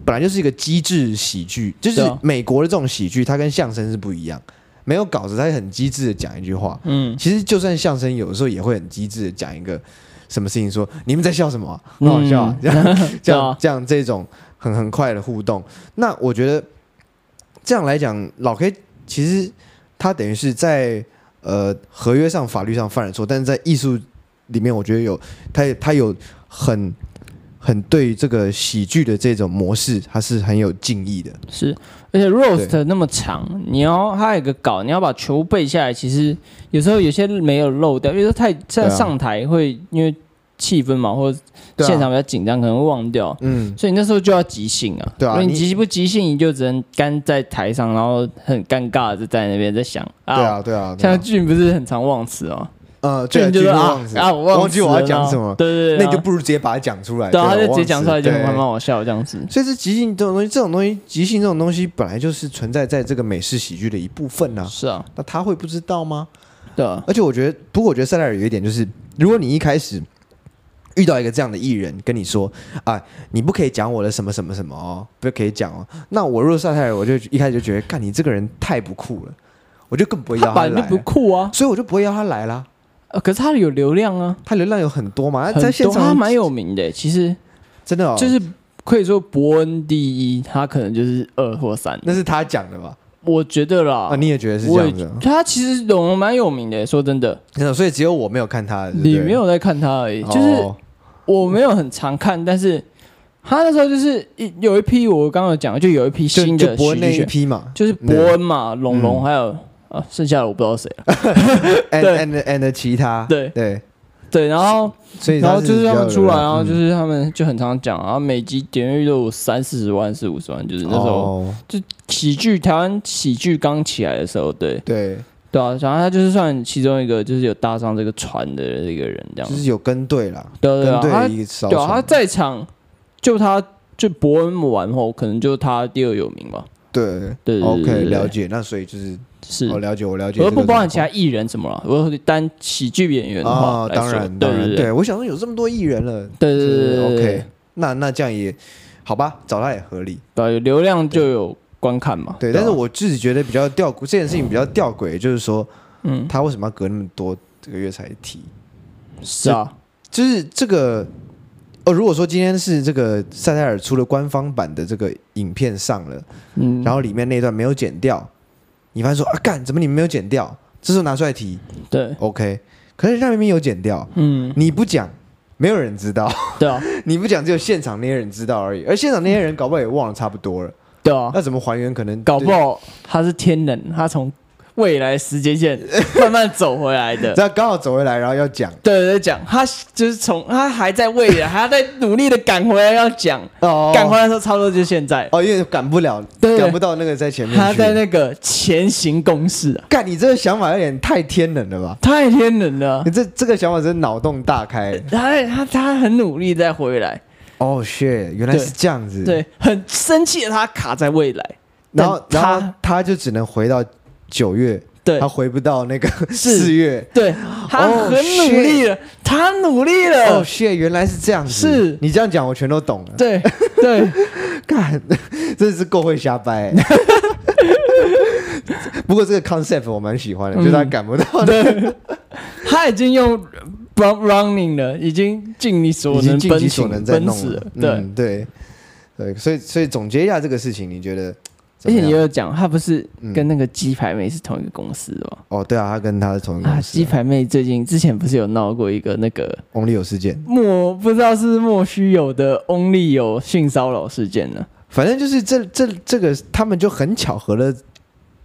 A: 本来就是一个机制喜剧，就是
B: 对啊
A: 美国的这种喜剧，它跟相声是不一样，没有稿子，它很机智的讲一句话。
B: 嗯，
A: 其实就算相声，有的时候也会很机智的讲一个什么事情说你们在笑什么啊、很好笑、啊
B: 嗯
A: 这样这
B: 对
A: 样
B: 啊
A: 这样这种很很快的互动。那我觉得这样来讲，老 K 其实他等于是在呃合约上、法律上犯了错，但是在艺术里面，我觉得有他也他有很很对这个喜剧的这种模式，他是很有敬意的。
B: 是，而且 roast 那么长，你要它有一个稿，你要把全部背下来。其实有时候有些没有漏掉，因为它太
A: 对啊
B: 在上台会、因为气氛嘛，或者
A: 对啊
B: 现场比较紧张，可能会忘掉。
A: 嗯，
B: 所以你那时候就要即兴啊，
A: 对啊
B: 因为你
A: 你
B: 即不即兴，你就只能干在台上，然后很尴尬的在那边在想
A: 对啊，对啊，对
B: 像
A: 啊
B: 俊不是很常忘词哦，
A: 呃，
B: 俊就
A: 对
B: 是
A: 啊
B: 啊
A: 忘记
B: 啊，我忘
A: 忘记
B: 词
A: 我要
B: 了
A: 讲
B: 然后
A: 什么，
B: 对对
A: 那你
B: 对，然后
A: 就不如直接把它讲出来。
B: 对啊，他
A: 我
B: 就直
A: 忘
B: 接
A: 词
B: 讲出来就
A: 对
B: 很好笑这样子，
A: 所以这即兴这种东西，这种东西即兴这种东西本来就是存在在这个美式喜剧的一部分呐、
B: 是啊，
A: 那他会不知道吗？
B: 对啊，
A: 而且我觉得，不过我觉得塞莱尔有一点就是，如果你一开始遇到一个这样的艺人跟你说啊，你不可以讲我的什么什么什么哦，不可以讲哦，那我如果塞莱尔，我就一开始就觉得，干你这个人太不酷了，我就更不会邀
B: 他
A: 他
B: 本来
A: 来
B: 就不
A: 了，
B: 酷啊，
A: 所以我就不会邀他来啦。
B: 呃可是他有流量啊，
A: 他流量有很多嘛，
B: 很
A: 啊在现
B: 多他
A: 场
B: 蛮有名的，欸其实
A: 真的哦，
B: 就是可以说伯恩第一，他可能就是二或三，
A: 那是他讲的吧？
B: 我觉得啦
A: 啊，，你也觉得是
B: 我
A: 这
B: 也
A: 样子啊？
B: 他其实龙龙蛮有名的，欸说真的，
A: 真的，所以只有我没有看他的，对不
B: 你
A: 对
B: 没有在看他而已，就是
A: 哦
B: 我没有很常看，但是他那时候就是一有一批我刚刚有讲，就有一批
A: 就
B: 新
A: 就
B: 的
A: 博
B: 喜
A: 那
B: 剧
A: 一
B: 选，
A: 批嗯嘛
B: 就是伯恩嘛、龙龙还有啊，剩下的我不知道谁了。对
A: ，and and and 其他，
B: 对
A: 对，
B: 对，然后
A: 所以
B: 然后就是
A: 比较
B: 他们出来，
A: 有
B: 然后就
A: 嗯
B: 是他们就很常讲，然后每集点阅率都有三四十万、四五十万，就是那时候
A: 哦
B: 喜剧台湾喜剧刚起来的时候，对
A: 对，
B: 对啊，然后他就是算其中一个就是有搭上这个船的一个人这样
A: 就
B: 子，
A: 是有跟对啦，
B: 对对
A: 跟
B: 对啊，
A: 对
B: 他
A: 一个少
B: 对啊，他
A: 数，
B: 在场就他就伯恩完后，可能就他第二有名吧。
A: 对
B: 对对对
A: ，OK，
B: 对
A: 了解。那所以就是
B: 是，
A: 我
B: 我
A: 哦了解，我了解，
B: 又不包含其他艺人什么了，我说单喜剧演员的话
A: 啊，
B: 来
A: 当
B: 说，
A: 然
B: 对
A: 当然，
B: 对对
A: 对我想说有这么多艺人了，
B: 对对
A: 是
B: 对对对
A: ，OK，那那这样也好吧，找他也合理。
B: 对，有流量就有观看嘛。
A: 对，
B: 吧
A: 但是我自己觉得比较吊诡，这件事情比较吊诡，就是说
B: 嗯
A: 他为什么要隔那么多这个月才提？
B: 是啊，
A: 就是这个，呃，如果说今天是这个塞塞尔出了官方版的这个影片上了，
B: 嗯，
A: 然后里面那段没有剪掉，你发现说啊，干，怎么你们没有剪掉？这时候拿出来提
B: 对，
A: ，OK，可是人家明明有剪掉，
B: 嗯
A: 你不讲，没有人知道，
B: 对啊
A: 你不讲，只有现场那些人知道而已，而现场那些人搞不好也忘了差不多了，
B: 对啊，
A: 那怎么还原？可能
B: 搞不好他是天人，他从未来时间 线慢慢走回来的。
A: 这刚好走回来，然后要讲
B: 对对讲，他就是从他还在未来，还在努力的赶回来要讲，
A: 哦
B: 赶回来的时候差不多就现在，
A: 哦，因为赶不了，
B: 对
A: 赶不到那个在前面去，
B: 他在那个前行攻势啊，
A: 干，你这个想法有点太天冷了吧？
B: 太天人了
A: 你。这这个想法真是脑洞大开。
B: 他他他很努力再回来，
A: 哦、shit，原来是这样子。，
B: 对，很生气的他卡在未来，
A: 然后
B: 但
A: 然
B: 他
A: 后他就只能回到九月，
B: 对
A: 他回不到那个
B: 是
A: 四月。
B: 对他
A: 哦
B: 很努力了，他努力
A: 哦、
B: 了，
A: shit，原来是这样子。
B: 是
A: 你这样讲，我全都懂了。
B: 对对，
A: 干， 真的是够会瞎 掰、不过这个 concept 我蛮喜欢的，就是他赶不到那个，
B: 他已经用 run running 了，已经尽你所
A: 已经
B: 能
A: 尽
B: 奔
A: 己所
B: 驰
A: 能在
B: 奔
A: 弄
B: 驰
A: 了
B: 了，。对
A: 嗯对。对，所以所以总结一下这个事情，你觉得
B: 而
A: 怎么
B: 且
A: 样？
B: 你有讲，他不是
A: 嗯
B: 跟那个鸡排妹是同一个公司的吗？
A: 哦，对啊，他跟他是同一个
B: 啊，
A: 公司
B: 鸡
A: 啊，
B: 排妹最近之前不是有闹过一个那个
A: 翁立友事件，
B: 莫不知道是莫须有的 Only 有性骚扰事件呢？
A: 反正就是这这这个，他们就很巧合了，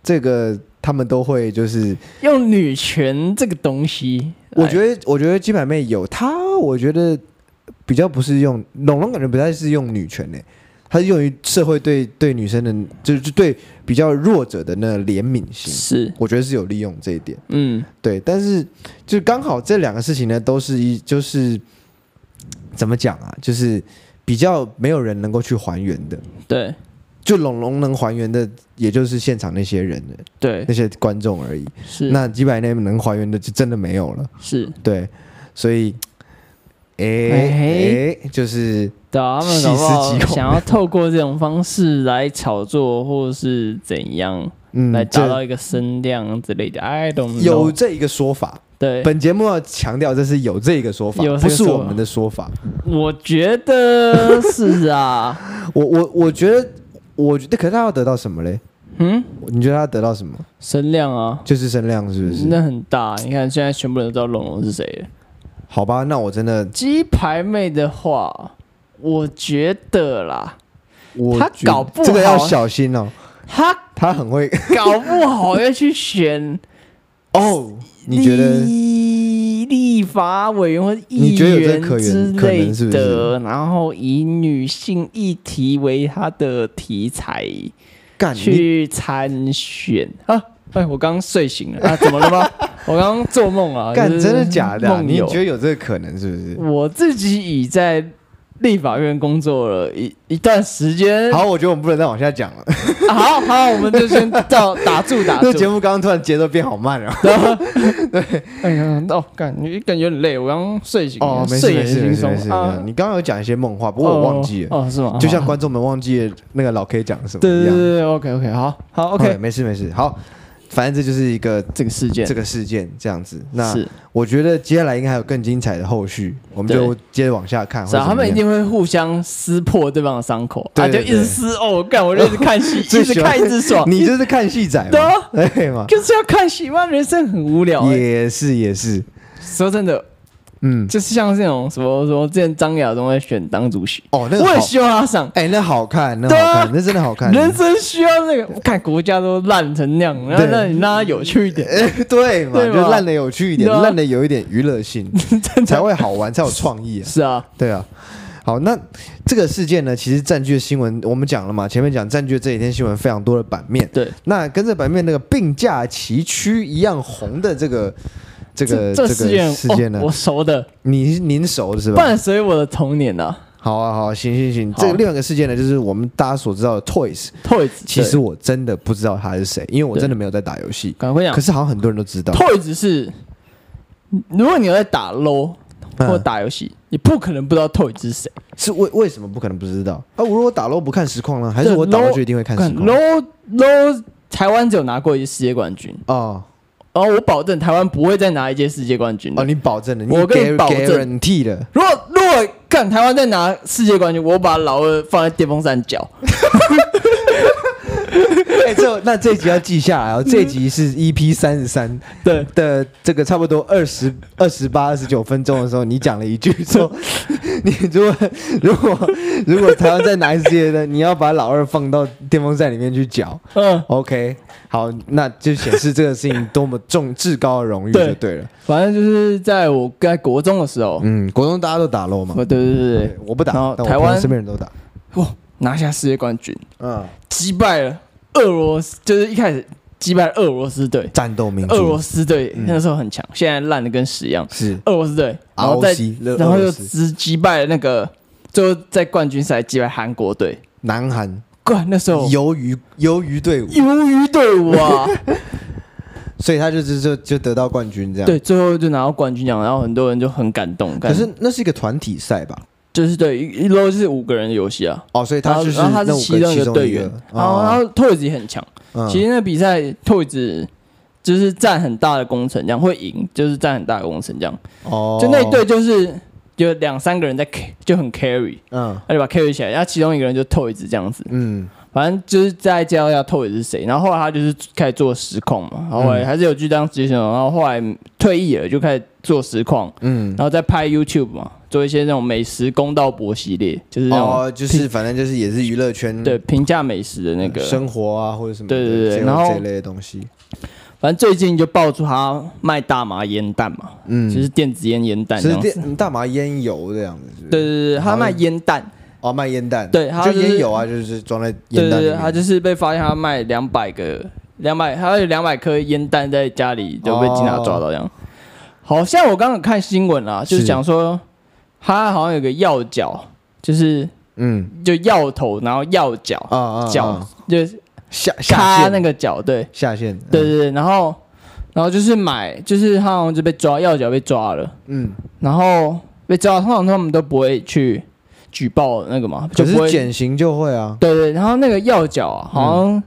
A: 这个他们都会就是，
B: 用女权这个东西来，
A: 我觉得我觉得鸡排妹有她，我觉得比较不是用龙龙感觉不太是用女权呢、欸她是用于社会对对女生的，就是就对比较弱者的那怜悯心，
B: 是，
A: 我觉得是有利用这一点。
B: 嗯，
A: 对，但是就刚好这两个事情呢，都是一就是怎么讲啊，就是比较没有人能够去还原的。
B: 对
A: 就龙龙能还原的，也就是现场那些人的
B: 对
A: 那些观众而已。
B: 是，
A: 那几百内能还原的，就真的没有了。
B: 是，
A: 对，所以，哎、
B: 哎
A: 哎、就是
B: 对啊，他们
A: 细
B: 搞
A: 思
B: 不好
A: 极恐
B: 想要透过这种方式来炒作，或是怎样
A: 嗯，
B: 来达到
A: 这
B: 一个声量之类的。I don't know，
A: 有这一个说法。
B: 对，
A: 本节目要强调，这是有这一个说法
B: 有，
A: 不
B: 这个
A: 是
B: 说法
A: 我们的说法。
B: 我觉得是 啊，
A: 我我我觉得，我觉得，可是他要得到什么嘞？
B: 嗯，
A: 你觉得他要得到什么？
B: 声量啊，
A: 就是声量，是不是？
B: 那很大。你看现在全部人都知道龙龙是谁了。
A: 好吧，那我真的，
B: 鸡排妹的话，我觉得啦，
A: 我
B: 他
A: 觉得
B: 搞不
A: 这个要
B: 好
A: 小心哦，
B: 她
A: 他很会
B: 搞不好要去选
A: 哦。 你觉得？
B: 立立法委员或议
A: 你觉得有这
B: 员
A: 个可能
B: 之
A: 可
B: 类
A: 能是不
B: 的，
A: 是
B: 然后以女性议题为她的题材
A: 干啊你
B: 去参选啊。哎，我刚睡 醒了啊，怎么了吗？我刚做梦啊，
A: 干
B: 就是
A: 真的假的啊、
B: 梦
A: 你
B: 游
A: 觉得有这个可能是不是？
B: 我自己已在立法院工作了一一段时间，
A: 好，我觉得我们不能再往下讲了。
B: 啊 好好，我们就先到打 住打
A: 这节
B: 住。
A: 目刚刚突然节奏变好慢了。
B: 然后哎呀，哦，感觉感觉有点累，我刚睡醒，
A: 哦，没事
B: 睡眼
A: 没事
B: 惺
A: 没事没
B: 忪
A: 事。
B: 啊。
A: 你刚刚有讲一些梦话，不过我忘记了，
B: 哦，哦是吗？
A: 就像
B: 好
A: 观众们忘记了那个老 K 讲什么
B: 对
A: 一
B: 对对
A: 样。
B: 对，OK OK，好好
A: 哦
B: OK，
A: 没事没事。好，反正这就是一个
B: 这个事件
A: 这个事件这样子。那
B: 是，啊
A: 我觉得接下来应该还有更精彩的后续，我们
B: 对
A: 就接着往下看。
B: 是啊，
A: 或者
B: 他们一
A: 怎么样
B: 定会互相撕破对方的伤口，
A: 对
B: 啊，就
A: 对
B: 一直撕哦，我干，我就一直看戏，一
A: 最
B: 直
A: 喜欢
B: 看一直爽，
A: 你就是看戏仔嘛，
B: 对啊
A: 对嘛？
B: 就是要看戏，妈，人生很无聊。欸
A: 也是也是，
B: 说真的，
A: 嗯，
B: 就是像这种什么什么，之前张亚东在选当主席，
A: 哦，那个
B: 我
A: 好
B: 也，希望他上。
A: 哎，那好看，那好
B: 对啊
A: 看，那真的好看，
B: 人生需要那个，我看国家都烂成那样，然后
A: 对
B: 让你让它有趣一点，
A: 哎，对嘛，
B: 对
A: 就
B: 嘛
A: 烂的有趣一点，
B: 对啊
A: 烂的有一点娱乐 性，才会好玩，才有创意啊。
B: 是啊，
A: 对啊，好，那这个事件呢，其实占据了新闻，我们讲了嘛，前面讲占据了这几天新闻非常多的版面。
B: 对，
A: 那跟着版面那个并驾齐驱一样红的这个这个
B: 这
A: 个
B: 事件
A: 事件呢
B: 哦，我熟的，
A: 你您熟的是吧？
B: 伴随我的童年呐
A: 好啊，好啊，行行行，
B: 好
A: 这个另外一个事件呢，就是我们大家所知道的 Toys，
B: ，Toys，
A: 其实我真的不知道他是谁，因为我
B: 对
A: 真的没有在打游戏，
B: 赶快讲
A: 可是好像很多人都知道。
B: ，Toys 是，如果你有在打 LO
A: 嗯
B: 或打游戏，你不可能不知道 Toys 是谁，
A: 是为为什么不可能不知道？啊，我如果打 LO 不看实况呢，还是我打 LO 就一定会看实况？
B: LO LO 台湾只有拿过一届世界冠军，
A: 哦
B: 然后我保证台湾不会再拿一届世界冠军的
A: 哦，你保证了，
B: 我跟你
A: 你
B: 保证
A: guarantee 了。
B: 如果如果干台湾再拿世界冠军，我把老二放在电风扇角。
A: 哎、这那这一集要记下来 哦，这一集是 EP 三十三
B: 对，
A: 的这个差不多二十二十八、二十九分钟的时候，你讲了一句 说，你如果如果如果台湾再拿一次世界的，你要把老二放到电风扇里面去 搅。
B: 嗯，
A: OK，好，那就显示这个事情多么重至高的荣誉
B: 对
A: 就对了。
B: 反正就是在我在国中的时候，
A: 嗯，国中大家都打 LO 嘛
B: 我，对对对
A: 对
B: 对，
A: 我不打，
B: 然后
A: 但我
B: 台
A: 朋友
B: 湾
A: 身边人都打。
B: 哇，拿下世界冠军，
A: 嗯，
B: 击败了俄罗斯，就是一开始击败了俄罗斯队，
A: 战斗民族，
B: 俄罗斯队那时候很强，现在烂的跟屎一样。
A: 是
B: 俄罗斯队，然后再
A: ROC 勒
B: 然后
A: 俄
B: 又
A: 罗斯
B: 只击败了那个，最后在冠军赛击败韩国队。
A: 南韩
B: 怪那时候
A: 鱿鱼鱿鱼队伍，
B: 鱿鱼队伍啊，
A: 所以他就就就就得到冠军这样。
B: 对，最后就拿到冠军奖，然后很多人就很感动。
A: 可
B: 感
A: 是那是一个团体赛吧？
B: 就是对一一 l 就是五个人的游戏啊，
A: 哦，所以
B: 然
A: 他
B: 后
A: 就是
B: 然后他
A: 那
B: 是
A: 五
B: 其中
A: 个
B: 一
A: 其
B: 个
A: 中
B: 队
A: 一
B: 员
A: 个，，啊
B: 然后然后 Toys 也很强，
A: 嗯
B: 其实那比赛 Toys 就是占很大的工程，这样会赢就是占很大的工程，这样
A: 哦，
B: 就那一队就是。就两三个人在 ca- 就很 carry，
A: 嗯
B: 他就把 carry 起来，然啊后其中一个人就透一子这样子，
A: 嗯
B: 反正就是在介绍要透一子是谁。然后后来他就是开始做实况嘛，然后
A: 嗯
B: 后来还是有去当实习生，然后后来退役了就开始做实况，
A: 嗯，
B: 然后再拍 YouTube 嘛，做一些那种美食公道博系列，就是那种、
A: 哦，就是反正就是也是娱乐圈
B: 对评价美食的那个。
A: 生活啊或者什么的
B: 对对对
A: 这种
B: 然后
A: 这类的东西，
B: 反正最近就爆出他卖大麻烟弹嘛，
A: 嗯，
B: 就是电子烟烟弹这
A: 是
B: 样子。
A: 电大麻烟油这样子，是不是
B: 对对对，他卖烟弹，
A: 哦，卖烟弹，
B: 对他
A: 就
B: 就是
A: 烟油啊，就是装在
B: 对
A: 烟
B: 对
A: 弹里
B: 对，
A: 面
B: 他就是被发现他卖两百个两百，他有两百颗烟弹在家里就被警察抓到这样。好像我刚刚有看新闻啦，就是
A: 哦是
B: 讲说他好像有个药脚，就是
A: 嗯
B: 就药头，然后药脚
A: 啊啊
B: 脚
A: 啊，
B: 就是
A: 下下
B: 咔
A: 线
B: 那个脚，对
A: 下线，
B: 对对对，然后然后就是买，就是他好像就被抓药脚被抓了。
A: 嗯，
B: 然后被抓，通常他们都不会去举报那个嘛，就
A: 可
B: 不
A: 是
B: 会。
A: 减刑就会啊，
B: 对对，然后那个药脚啊，好
A: 嗯
B: 像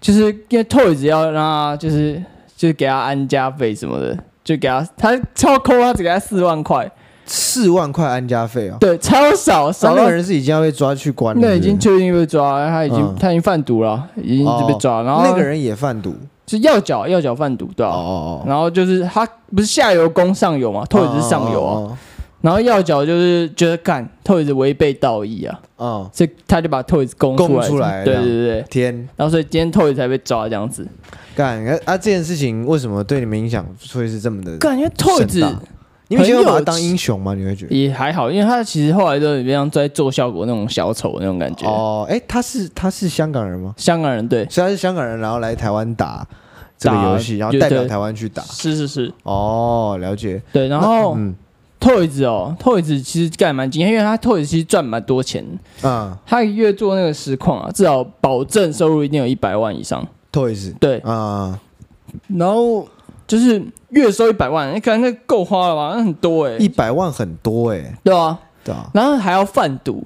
B: 就是因为 Toys 要让他就是就是给他安家费什么的，就给他他超抠，他只给他四万
A: 哦
B: 块，
A: 四万块安家费啊，
B: 对，超少
A: 那
B: 少
A: 那
B: 到
A: 个人是已经要被抓去关了，
B: 那已
A: 是
B: 经
A: 不是
B: 确定被抓，他已经、
A: 嗯
B: 他已经贩毒了，已经被抓，然后
A: 那个人也贩毒，
B: 是药脚药脚贩毒对吧、
A: 哦哦哦，
B: 然后就是他不是下游攻上游嘛，Toys 是上游啊，
A: 哦，
B: 然后药脚就是觉得干 Toys 违背道义啊，
A: 哦哦
B: 所以他就把 Toys 供
A: 供出来
B: 对
A: 这
B: 对
A: 样
B: 对对。
A: 天
B: 然后所以今天 Toys 才被抓这样子，
A: 干啊啊！这件事情为什么对你们影响会是这么的？
B: 感觉
A: 盛
B: Toys
A: 大你们觉得
B: 很有
A: 把他当英雄吗？你会觉得？
B: 也还好，因为他其实后来都有点像在做效果那种小丑那种感觉。
A: 哦，哎，他是他是香港人吗？
B: 香港人对，
A: 所以他是香港人，然后来台湾打这个
B: 打
A: 游戏，然后
B: 就
A: 代表
B: 对
A: 台湾去打。
B: 是是是，
A: 哦，了解。
B: 对。然后
A: 嗯
B: Toys 哦，Toys 其实干得蛮惊讶，因为他 Toys 其实赚蛮多钱，
A: 啊
B: 他一个月做那个实况啊，至少保证收入一定有一百万以上。
A: ，Toys
B: 对，
A: 啊，
B: 然后就是月收一百万，你看那够花了吧？那很多哎、
A: 一百万很多哎，
B: 对啊，
A: 对啊，
B: 然后还要贩毒，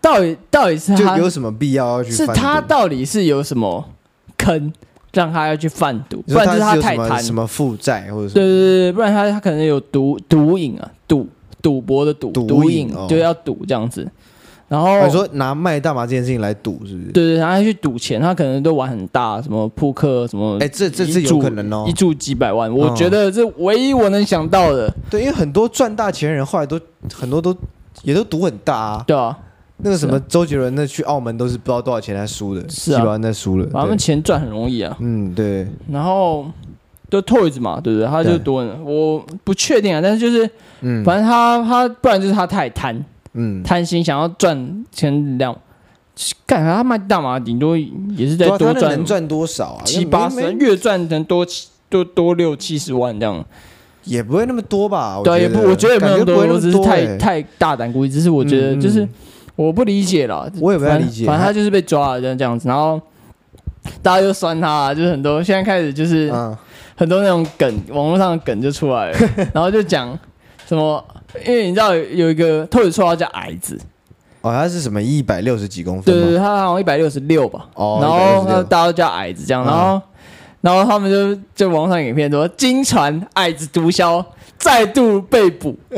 B: 到底到底是
A: 就
B: 他
A: 有什么必要要去
B: 是
A: 贩毒？
B: 他到底是有什么坑让他要去贩毒，
A: 你
B: 不
A: 说
B: 然就是
A: 他
B: 他
A: 是有
B: 太
A: 什么
B: 贪，
A: 什么负债或者什
B: 对
A: 么？
B: 对对，对不然他他可能有毒毒瘾啊，赌赌博的赌
A: 赌瘾
B: 瘾
A: 哦
B: 就要赌这样子，然
A: 哦
B: 后
A: 你说拿卖大麻这件事情来赌是不是？
B: 对对，然后他去赌钱，他可能都玩很大，什么扑克什么，
A: 哎，这这是
B: 一
A: 有
B: 注
A: 可能哦
B: 一。注几百万，我
A: 嗯
B: 觉得这唯一我能想到的，
A: 对，因为很多赚大钱的人后来都很多都也都赌很大啊。
B: 对啊，
A: 那个什么周杰伦那去澳门都是不知道多少钱才输的，
B: 是啊
A: 几百万才输了。
B: 他
A: 对
B: 们钱赚很容易啊，
A: 嗯，对，
B: 然后就 Toys 嘛，对不对？他就
A: 对
B: 多人，我不确定啊，但是就是
A: 嗯
B: 反正他他不然就是他太贪。
A: 嗯，
B: 贪心，想要赚前两，干他卖大麻，顶多也是在
A: 对啊
B: 多
A: 他那
B: 赚
A: 能赚多少啊？
B: 七
A: 没
B: 八十
A: 没
B: 万，月赚能多七多多六七十万这样。
A: 也不会那么多吧？
B: 对啊，也不，我觉得也没有
A: 哦感
B: 那么
A: 不会那
B: 多，
A: 么
B: 我只是太
A: 欸
B: 太大胆估计，只是我觉得
A: 嗯
B: 就是
A: 嗯
B: 我不理解啦，
A: 我也不太
B: 反
A: 理解。
B: 反正他就是被抓了这样这样子，然后。大家就酸他、啊就是很多现在开始就是
A: 嗯
B: 很多那种梗，网络上的梗就出来 了，然后就讲什么，因为你知道有有一个特别绰号叫矮子，
A: 哦，他是什么一百六十几公分
B: 对对
A: 吗？
B: 对，他好像一百六十六吧，
A: 哦，
B: 然后他
A: 166
B: 大家都叫矮子这
A: 嗯
B: 样，然后然后他们就就网上影片说，金传矮子毒枭再度被捕，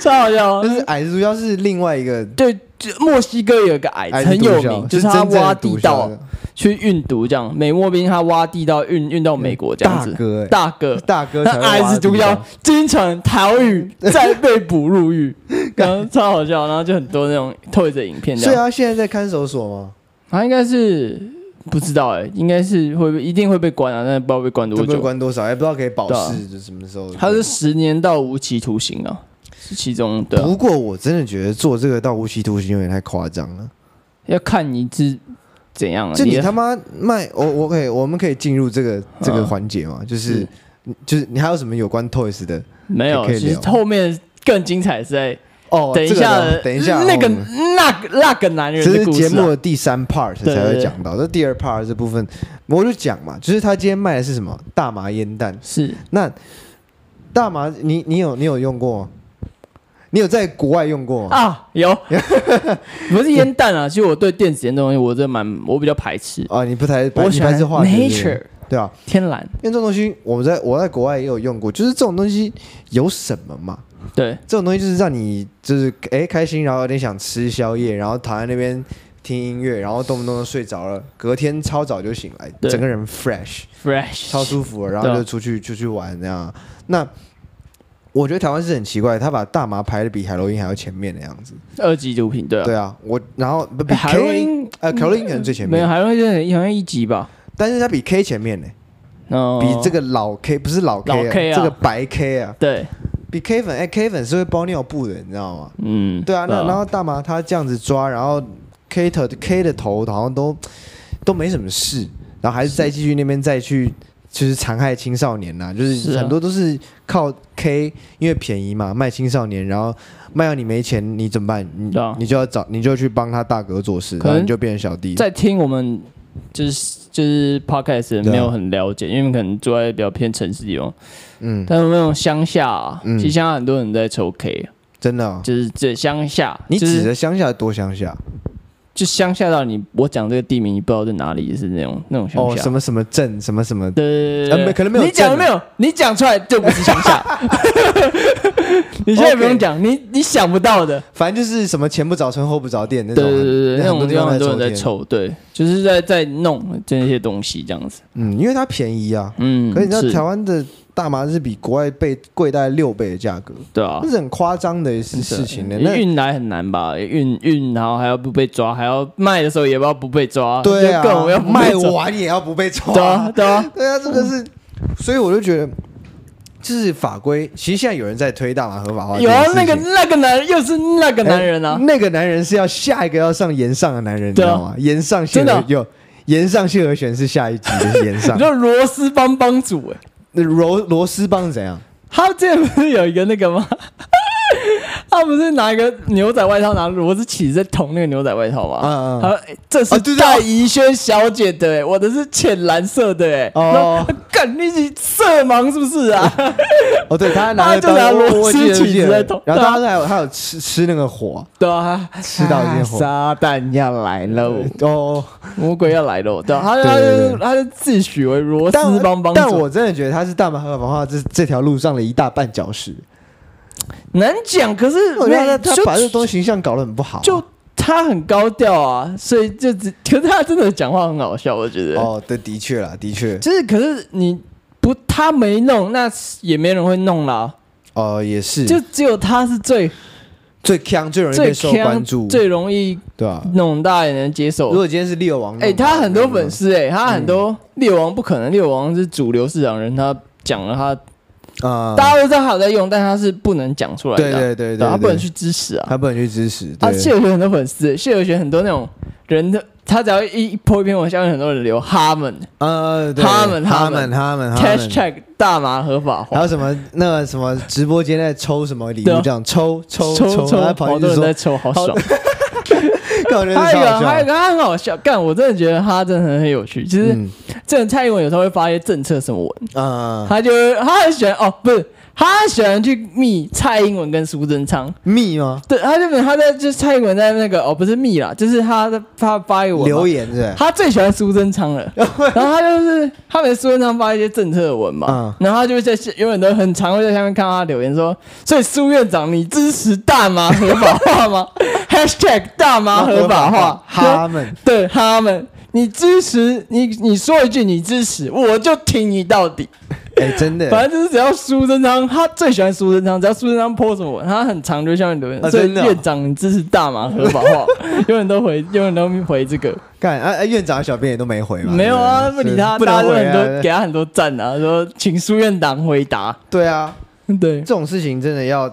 B: 超好笑
A: 但
B: 哦。
A: 是矮子主要是另外一个
B: 对，就墨西哥有个矮子
A: 矮子
B: 很有
A: 毒枭
B: 名，就是是他
A: 真正
B: 挖
A: 的
B: 地
A: 毒
B: 道
A: 枭的
B: 去运毒，这样美墨兵他挖地道运运到美国这样
A: 大
B: 子，
A: 哥欸，
B: 大哥。
A: 大哥
B: 那
A: 才会
B: 矮
A: 挖
B: 子
A: 地
B: 毒枭
A: 道，
B: 经常 逃狱，再被捕入狱，然后超好笑，然后就很多那种透着影片这
A: 所以
B: 样。
A: 他现在在看守所吗？
B: 他啊应该是不知道哎、应该是会被一定会被关啊，但是不知道被关
A: 会
B: 多
A: 不会
B: 久。
A: 关多少？也不知道可以保
B: 对啊
A: 释，就什么时候？
B: 他是啊十年到无期徒刑啊，是其中的、
A: 不过我真的觉得做这个到无期徒刑有点太夸张了。
B: 要看你是怎样啊。
A: 就你
B: 的
A: 他妈卖我，我可以，我们可以进入这个这个
B: 嗯
A: 环节嘛？就是
B: 是
A: 就是你还有什么有关 Toys 的？
B: 没有，
A: 可以
B: 其实
A: 聊
B: 后面更精彩是在
A: 哦，
B: 等一
A: 这个
B: 下
A: 呢，等一下，
B: 那个
A: 我们
B: 那个那个男人
A: 这
B: 的
A: 是
B: 故
A: 节
B: 事、
A: 目
B: 啊。
A: 的第三 part
B: 对
A: 才
B: 对
A: 会
B: 对
A: 讲到，那第二 part 这部分我就讲嘛，就是他今天卖的是什么大麻烟弹。
B: 是
A: 那大麻，你你有你有用过吗？你有在国外用过吗？
B: 啊， 有不是烟弹啊？其实我对电子烟这东西，我真的蛮我比较排斥。
A: 啊，你不太，
B: 我
A: 你
B: 喜
A: 还
B: 欢
A: 是化学的
B: nature，
A: 对吧？
B: 天蓝，
A: 因为这种东西，我们在我在国外也有用过，就是这种东西有什么嘛？
B: 对，
A: 这种东西就是让你就是哎、诶开心，然后有点想吃宵夜，然后躺在那边听音乐，然后动不动就睡着了，隔天超早就醒来，
B: 对
A: 整个人 fresh
B: fresh，
A: 超舒服了，然后
B: 对
A: 就
B: 啊
A: 出去出去玩这样。那我觉得台湾是很奇怪，他把大麻排的比海洛因还要前面的样子。
B: 二级毒品，对啊，
A: 对啊，我然后不比
B: 哎海洛
A: K
B: 因嗯
A: 呃海洛因可能最前
B: 没有，
A: 面，
B: 海洛因就是好像一级吧，
A: 但是它比 K 前面呢、
B: 嗯，
A: 比这个老 K 不是老 K，,、
B: 老 K 啊
A: 这个白 K 啊，
B: 对，
A: 比 K 粉哎、K 粉是会包尿布的，你知道吗？
B: 嗯，
A: 对啊，那然后大麻他这样子抓，然后 K 头 K 的头好像都都没什么事，然后还是再继续那边再去就是残害青少年呐、就是
B: 是啊
A: 很多都是靠 K，因为便宜嘛，卖青少年，然后卖到你没钱，你怎么办？你、
B: 对啊
A: 你就要找，你就去帮他大哥做事，
B: 可
A: 然
B: 能
A: 后你就变成小弟。
B: 在听我们就是就是 podcast 的人
A: 对啊
B: 没有很了解，因为可能住在比较偏城市地方，
A: 嗯，
B: 但是那种乡下、啊，
A: 嗯
B: 其实乡下很多人在抽 K，
A: 真的哦、
B: 就是这乡下，
A: 你
B: 就
A: 指
B: 是
A: 的乡下多乡下
B: 就乡下到你我讲这个地名，你不知道在哪里，是那种那种乡
A: 哦，
B: 下。
A: 什么什么镇，什么什么，
B: 对对
A: 呃
B: 对
A: 没
B: 对，
A: 可能没有
B: 你讲了没有？你讲出来就不是乡 下。 你现在不用讲，你你想不到的。
A: 反正就是什么前不着村后不着店那
B: 对
A: 种，
B: 对对对，
A: 很
B: 那
A: 多
B: 种地方很多人
A: 在
B: 在
A: 抽
B: 抽，对，就是在在弄这些东西这样子。
A: 天，嗯，因为它便宜啊，
B: 嗯，
A: 可是你知道
B: 是
A: 台湾的大麻是比国外被贵大概六倍的价格，
B: 对啊嗯
A: 这，是很夸张的一事事情的。那
B: 运来很难吧？运运，然后还要不被抓，还要卖的时候也不要不被抓，
A: 对啊
B: 就更不要，不被
A: 卖
B: 抓，
A: 完也要不被抓。
B: 对啊，对啊，
A: 对啊，这个是，所以我就觉得，就是法规，其实现在有人在推大麻合法化这
B: 有
A: 件
B: 啊
A: 事情。
B: 那个那个男人，又是那个男人啊
A: 哎，那个男人是要下一个要上岩上的男人，你知
B: 对啊
A: 道吗？岩上谢
B: 真的
A: 和
B: 啊
A: 有岩上谢和弦是下一集的岩
B: 你
A: 上
B: 知。道螺丝帮帮主哎，
A: 那罗罗斯邦是怎样？
B: 他之前不是有一个那个吗？ 他不是拿一个牛仔外套，拿螺丝起子在捅那个牛仔外套吗？
A: 嗯嗯
B: 他说哎这
A: 哦
B: 是
A: 对对
B: 戴怡轩小姐的、哎我的是浅蓝色的、哎
A: 哦
B: 然后干你是色盲是不 是啊？
A: 哦，对，他还拿了
B: 他就拿
A: 刀
B: 螺丝
A: 我记得
B: 起子
A: 记得
B: 在捅
A: 然后大家都还有还有吃吃那个火，
B: 对啊，
A: 吃到一些火
B: 撒旦要来喽，
A: 哦，
B: 魔鬼要来喽，对啊，他
A: 对
B: 他
A: 对对
B: 就他就自诩为螺
A: 哦但
B: 丝帮帮主，
A: 但我真的觉得他是大麻合法化这这条路上的一大绊脚石。
B: 难讲，可是
A: 我觉得他
B: 就
A: 他把这东西形象搞得很不好啊、
B: 就他很高调啊，所以就只可是他真的讲话很好笑，我觉得，
A: 哦，对，的确啦，的确，
B: 就是可是你不他没弄，那也没人会弄啦，
A: 哦，也是，
B: 就只有他是最
A: 最强最容易
B: 最
A: 被受关
B: 强
A: 注，
B: 最容易
A: 对吧、啊？
B: 弄大家也能接
A: 如
B: 受。
A: 果今天是猎王弄的
B: 哎、
A: 话，
B: 他很多粉
A: 丝
B: 丝哎、他很
A: 嗯
B: 多猎王不可能，猎王是主流市场人，他讲了他
A: 啊，
B: 大家都知道他有在用，但他是不能讲出来的
A: 对
B: 啊、
A: 对对
B: 对
A: 对，
B: 他不能
A: 对
B: 去支持啊。
A: 他不能去支持，
B: 啊，
A: 对，
B: 谢友轩很多粉丝，谢友轩很多那种人的，他只要一一泼一篇文，下面很多人留哈们
A: 呃，对
B: 他们
A: 他
B: 他
A: 们
B: 们
A: 他们他们。
B: ，#hashtag 大麻合法
A: 还
B: 化
A: 有，什么那个什么直播间在抽什么礼
B: 对
A: 物
B: 啊
A: 这样抽抽
B: 抽
A: 然后
B: 抽，
A: 跑
B: 好
A: 进
B: 多
A: 去
B: 人
A: 说
B: 在，抽，好爽。
A: 感觉
B: 还有一个，还有
A: 笑
B: 一。个，他很好笑，干，我真的觉得他真的很有趣。其实，
A: 嗯
B: 这种蔡英文有时候会发一些政策什么文，
A: 啊，
B: 他就会他很喜欢哦，不是，他很喜欢去密蔡英文跟苏贞昌。
A: 密吗？
B: 对，他就他在就是蔡英文在那个哦，不是密啦，就是他在他发一个文嘛
A: 留言是不是？
B: 他最喜欢苏贞昌 了，然后他就是他每次苏贞昌发一些政策文嘛，
A: 嗯
B: 然后他就会在下有很多很常会在下面看到他留言说，所以苏院长你支持大麻合法化吗 ？#hashtag 大麻合法化，
A: 他们
B: 对他们，你支持你你说一句你支持，我就挺你到底。
A: 哎、真的，
B: 反正就是只要苏贞昌，他最喜欢苏贞昌，只要苏贞昌 po 什么文，他很常就在下面留言，
A: 啊
B: 所以
A: 真的哦
B: 院长你支持大麻合法 化，永远都回永远都回这个。
A: 干啊啊！院长、小编也都没回嘛，
B: 没有啊，不
A: 对对
B: 理他，
A: 所以不能
B: 大家都
A: 回
B: 很多
A: 啊。
B: 给他很多赞啊，说请苏院长回 答。
A: 对啊，
B: 对
A: 这，种事情真的要，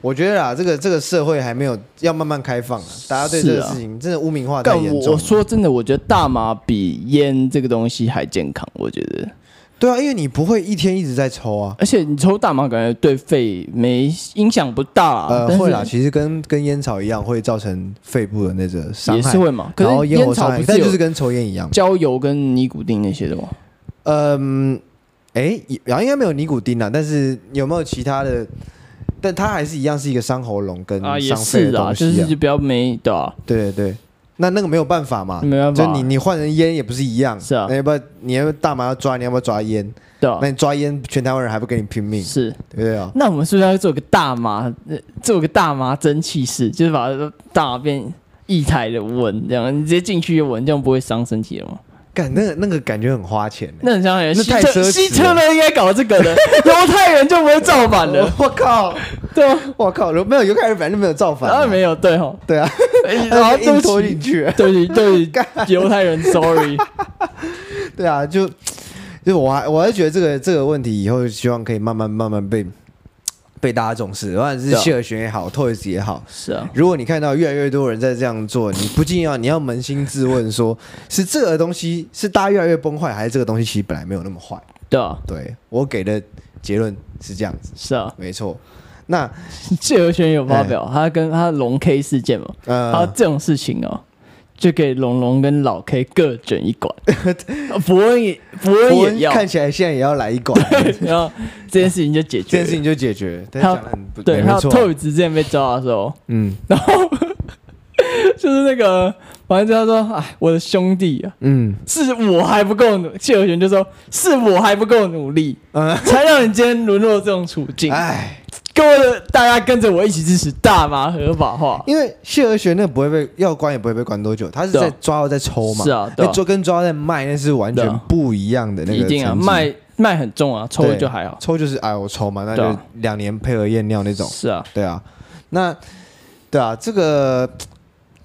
A: 我觉得啊，这个这个社会还没有要慢慢开放啊，大家对这个
B: 是啊
A: 事情真的污名化太
B: 但
A: 严
B: 我
A: 重
B: 我
A: 了。
B: 说真的，我觉得大麻比烟这个东西还健康，我觉得。
A: 对啊，因为你不会一天一直在抽啊。
B: 而且你抽大麻感觉对肺没影响不大啊，
A: 呃，
B: 但
A: 会啦，
B: 是
A: 其实跟跟烟草一样，会造成肺部的那个伤
B: 也
A: 害
B: 是，会嘛。
A: 然后
B: 可是
A: 烟
B: 烟
A: 火
B: 草
A: 伤害
B: 不，
A: 但
B: 是
A: 就是
B: 有
A: 跟抽烟一样。
B: 焦油跟尼古丁那些的吗？
A: 嗯，哎，然后应该没有尼古丁啊啦，但是有没有其他的？但它还是一样是一个伤喉咙跟
B: 啊，也
A: 伤肺
B: 是
A: 的
B: 啊，
A: 东
B: 就
A: 西
B: 是
A: 啊。
B: 就比较没对啊。
A: 对对对，那那个没有办法嘛，
B: 没办法
A: 就你你换成烟也不是一样，
B: 是啊
A: 那要不要你要不要大麻要抓，你要不要抓烟？
B: 对啊
A: 那，你抓烟，全台湾人还不跟你拼命，
B: 是。
A: 对不对啊？
B: 那我们是不是要做个大麻，呃做个大麻蒸汽室，就是把大麻变液态的闻，这样你直接进去就闻，这样不会伤身体了吗？
A: 感那个那个感觉很花钱欸，
B: 那很像人
A: 那
B: 西
A: 太
B: 车
A: 奢侈
B: 西
A: 了
B: 车人应该搞这个的，犹太人就不会造反了，
A: 我靠，
B: 对吗？
A: 我靠，没有犹太人反正没有造 反
B: 当
A: 嘛，
B: 然没有，对 哦，
A: 对 啊，
B: 然后
A: 他就 硬
B: 对
A: 拖
B: 不
A: 进
B: 起，
A: 去，
B: 对不起， 对不起，犹太人，sorry，
A: 对啊，就就我还我还觉得这个这个问题以后希望可以慢慢慢慢被被大家重视，不管是
B: 对啊
A: 谢尔玄也好，Toys 也好，
B: 是啊，
A: 如果你看到越来越多人在这样做，你不禁要你要扪心自问说，是这个东西是大家越来越崩坏，还是这个东西其实本来没有那么坏？
B: 对啊，
A: 对我给的结论是这样子，
B: 是啊，
A: 没错。那
B: 谢和弦有发
A: 哎
B: 表，他跟他龙 K 事件嘛，他
A: 呃，
B: 这种事情哦。就给龙龙跟老 K 各卷一 管，伯恩也伯恩
A: 我
B: 也要，
A: 看起来现在也要来一 管，
B: 然后这件事情就解
A: 这
B: 决
A: 件
B: 了。
A: 事情就解决。但
B: 还有
A: 讲的很不
B: 对，
A: 没
B: 还有
A: 错
B: Toy 之前被抓的时候，
A: 嗯
B: 然后就是那个，反正就他说：“哎，我的兄弟啊，
A: 嗯
B: 是我还不够努。”谢和弦就说：“是我还不够努力，
A: 嗯，
B: 才让你今天沦落这种处境。
A: 哎，
B: 各位大家跟着我一起支持大麻合法化。
A: 因为谢和弦那不会被要关也不会被关多久，他是
B: 对啊
A: 在抓到在抽嘛，
B: 是啊对
A: 那
B: 啊
A: 抓跟抓到在卖那是完
B: 对
A: 全
B: 啊
A: 不一样的那个
B: 一定啊，
A: 层级
B: 卖卖很重啊，抽
A: 对
B: 就还好。
A: 抽就是哎我抽嘛，那就
B: 对啊
A: 两年配合验尿那种，
B: 是啊，
A: 对啊，那对啊，这个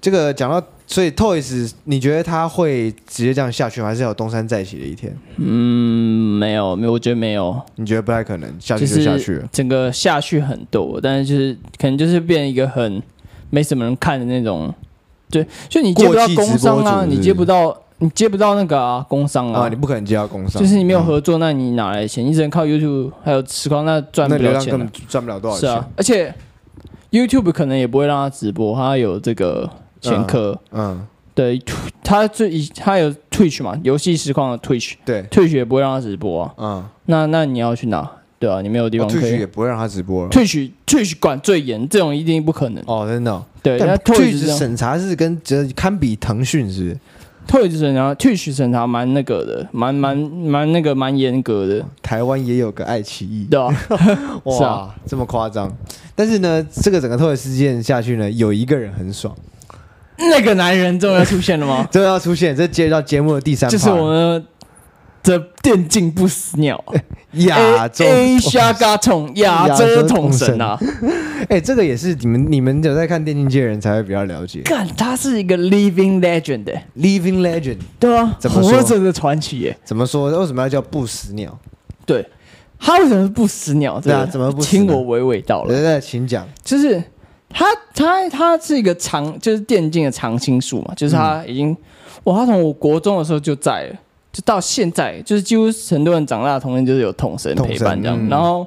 A: 这个讲到，所以 Toys 你觉得他会直接这样下去吗？还是有东山再起的一天？
B: 嗯，没有，没有，我觉得没有。
A: 你觉得不太可能下去
B: 就
A: 就是下去了？
B: 整个下去很多，但是就是可能就是变一个很没什么人看的那种，对，就你接不到
A: 过
B: 工商
A: 气直播主
B: 啊，
A: 是不是
B: 你接不到，你接不到那个啊工商啊，
A: 啊，你不可能接到工商，
B: 就是你没有
A: 嗯
B: 合作，那你哪来的钱？你只能靠 YouTube 还有吃光，那赚不
A: 那流
B: 了
A: 量
B: 钱
A: 根
B: 了
A: 本赚不了多少
B: 是
A: 钱
B: 啊，，而且 YouTube 可能也不会让他直播，他有这个前科，
A: 嗯，
B: 对，他最他有 Twitch 嘛，游戏实况的 Twitch，Twitch
A: 对，
B: 也不会让他直播啊，
A: 嗯，
B: 那那你要去哪？对啊，你没有地
A: 我
B: 方可
A: 哦退
B: 以
A: 去也不会让他直播了。
B: 退取退取管最严，这种一定不可能。
A: 哦，真的哦，
B: 对，那
A: 但
B: 退取
A: Twitch
B: 审
A: 审查是跟这堪比腾讯是不是？
B: 退取审查退取审查蛮那个的，蛮蛮蛮那个蛮严格的，
A: 台湾也有个爱奇艺，
B: 对吧、啊是
A: 哇
B: 啊，
A: 这么夸张。但是呢，这个整个 Toys 事件下去呢，有一个人很爽，
B: 那个男人终于要出现
A: ？
B: 了吗
A: 这要出现，这接到节目的第三 part，
B: 就是我们的电竞不死鸟
A: 亚洲
B: A 虾嘎统亚洲统 神啊！
A: 哎、这个也是你们你们有在看电竞界的人才会比较了解。
B: 干，他是一个 living legend，、欸、
A: Living Legend
B: 对啊，
A: 怎么说
B: 活着的传奇耶、
A: 怎么说？为什么要叫不死鸟？
B: 对，他为什么是不死鸟？
A: 对啊
B: 这个
A: 怎么不死
B: 听
A: 呢
B: 我娓娓道来
A: 来？来，来请讲。
B: 就是他他他是一个常就是电竞的常青树嘛，就
A: 嗯
B: 是他已经、哇，他从我国中的时候就在了，就到现在，就是几乎很多人长大的童年就是有童声
A: 童
B: 陪伴
A: 声
B: 这样，
A: 嗯
B: 然后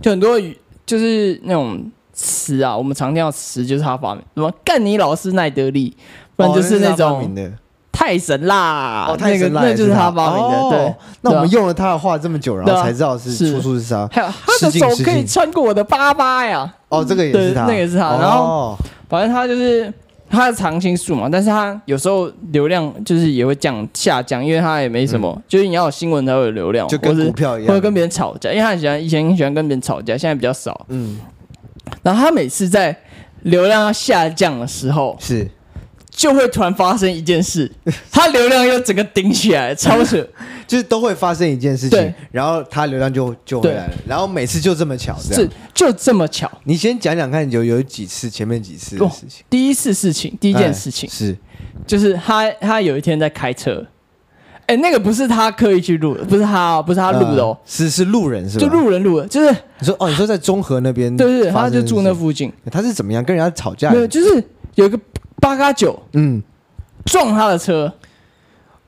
B: 就很多语就是那种词啊，我们常听到词就是他发明，什么干你老师奈德利，不然就是那
A: 哦他发
B: 种
A: 明的，
B: 太神啦，
A: 哦，太神了
B: 那个那就是
A: 也
B: 他
A: 他
B: 发明的，对
A: 哦。那我们
B: 对啊
A: 用了他的话这么久，然
B: 对
A: 后
B: 啊
A: 才知道是
B: 是
A: 出处是他。
B: 还有他的
A: 失敬
B: 手
A: 失
B: 可以
A: 敬
B: 穿过我的粑粑呀，
A: 哦，这个也
B: 嗯对
A: 是他，
B: 那个也是他
A: 哦、
B: 然后反正他就是他的常青树嘛，但是他有时候流量就是也会降下降，因为他也没什么，就是你要有新闻才会有流量，
A: 嗯就
B: 或
A: 跟
B: 是
A: 股票一
B: 或者
A: 样，
B: 跟别人吵架，因为他很喜欢以前很喜欢跟别人吵架，现在比较少。
A: 嗯
B: 然后他每次在流量要下降的时候，
A: 是
B: 就会突然发生一 件事，他流量又整个顶起来，超扯。
A: 就是都会发生一件事情
B: 对，
A: 然后他流量就就回来了，然后每次就这么巧这
B: 这
A: 样。
B: 就这么巧。
A: 你先讲讲看有有几次前面几次的事情，哎
B: 第一次事情，哦第
A: 第
B: 一件事情、
A: 是
B: 就是他他有一天在开车，哎、那个不是他刻意去录的，不是他哦，不是他录的哦。
A: 呃是是路人是吧？
B: 就路人录的，就是
A: 你说哦，你说在中和那边，
B: 对对对，他就住那
A: 附，
B: 附近，
A: 他是怎么样跟人家吵架
B: 没？有，就是有一个八嘎九
A: 嗯，
B: 撞他的车，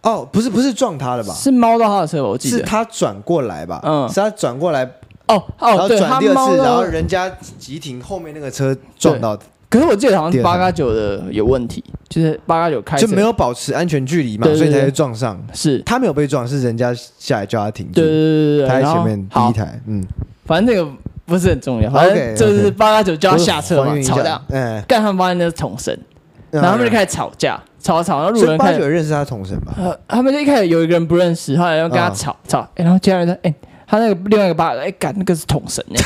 A: 哦，不是不是撞他了吧？
B: 是猫到他的车吧，我记
A: 是
B: 得。
A: 他转过来吧？
B: 嗯
A: 是他转过来，
B: 哦
A: 然后
B: 哦，对，他
A: 转第二
B: 猫
A: 次，然后
B: 到，
A: 人家急停，后面那个车撞到，
B: 可是我记得好像
A: 第
B: 是
A: 二台
B: 八嘎九的有问题，就是八嘎九开车
A: 就没有保持安全距离嘛，
B: 对对
A: 所以
B: 对
A: 才会撞上。
B: 是，
A: 他没有被撞，是人家下来叫他停住
B: 对对，对对对，
A: 他在
B: 然
A: 前
B: 后
A: 面第一
B: 好，
A: 台，嗯，
B: 反正那个不是很重要，反
A: OK，
B: 正就是
A: OK
B: 八嘎九叫他下车
A: 我
B: 嘛，
A: 还原一
B: 吵
A: 下
B: 架，
A: 嗯，
B: 干他们发现那是桶神，然后他们就开始吵架，啊吵吵，然后路
A: 所以
B: 人
A: 八
B: 看
A: 九，认识他同神吧？
B: 呃，他们就一开始有一个人不认识，后来要跟他
A: 哦
B: 吵、吵，哎然后接下来说，哎、他那个另外一个八，哎、干那个是统神 哎、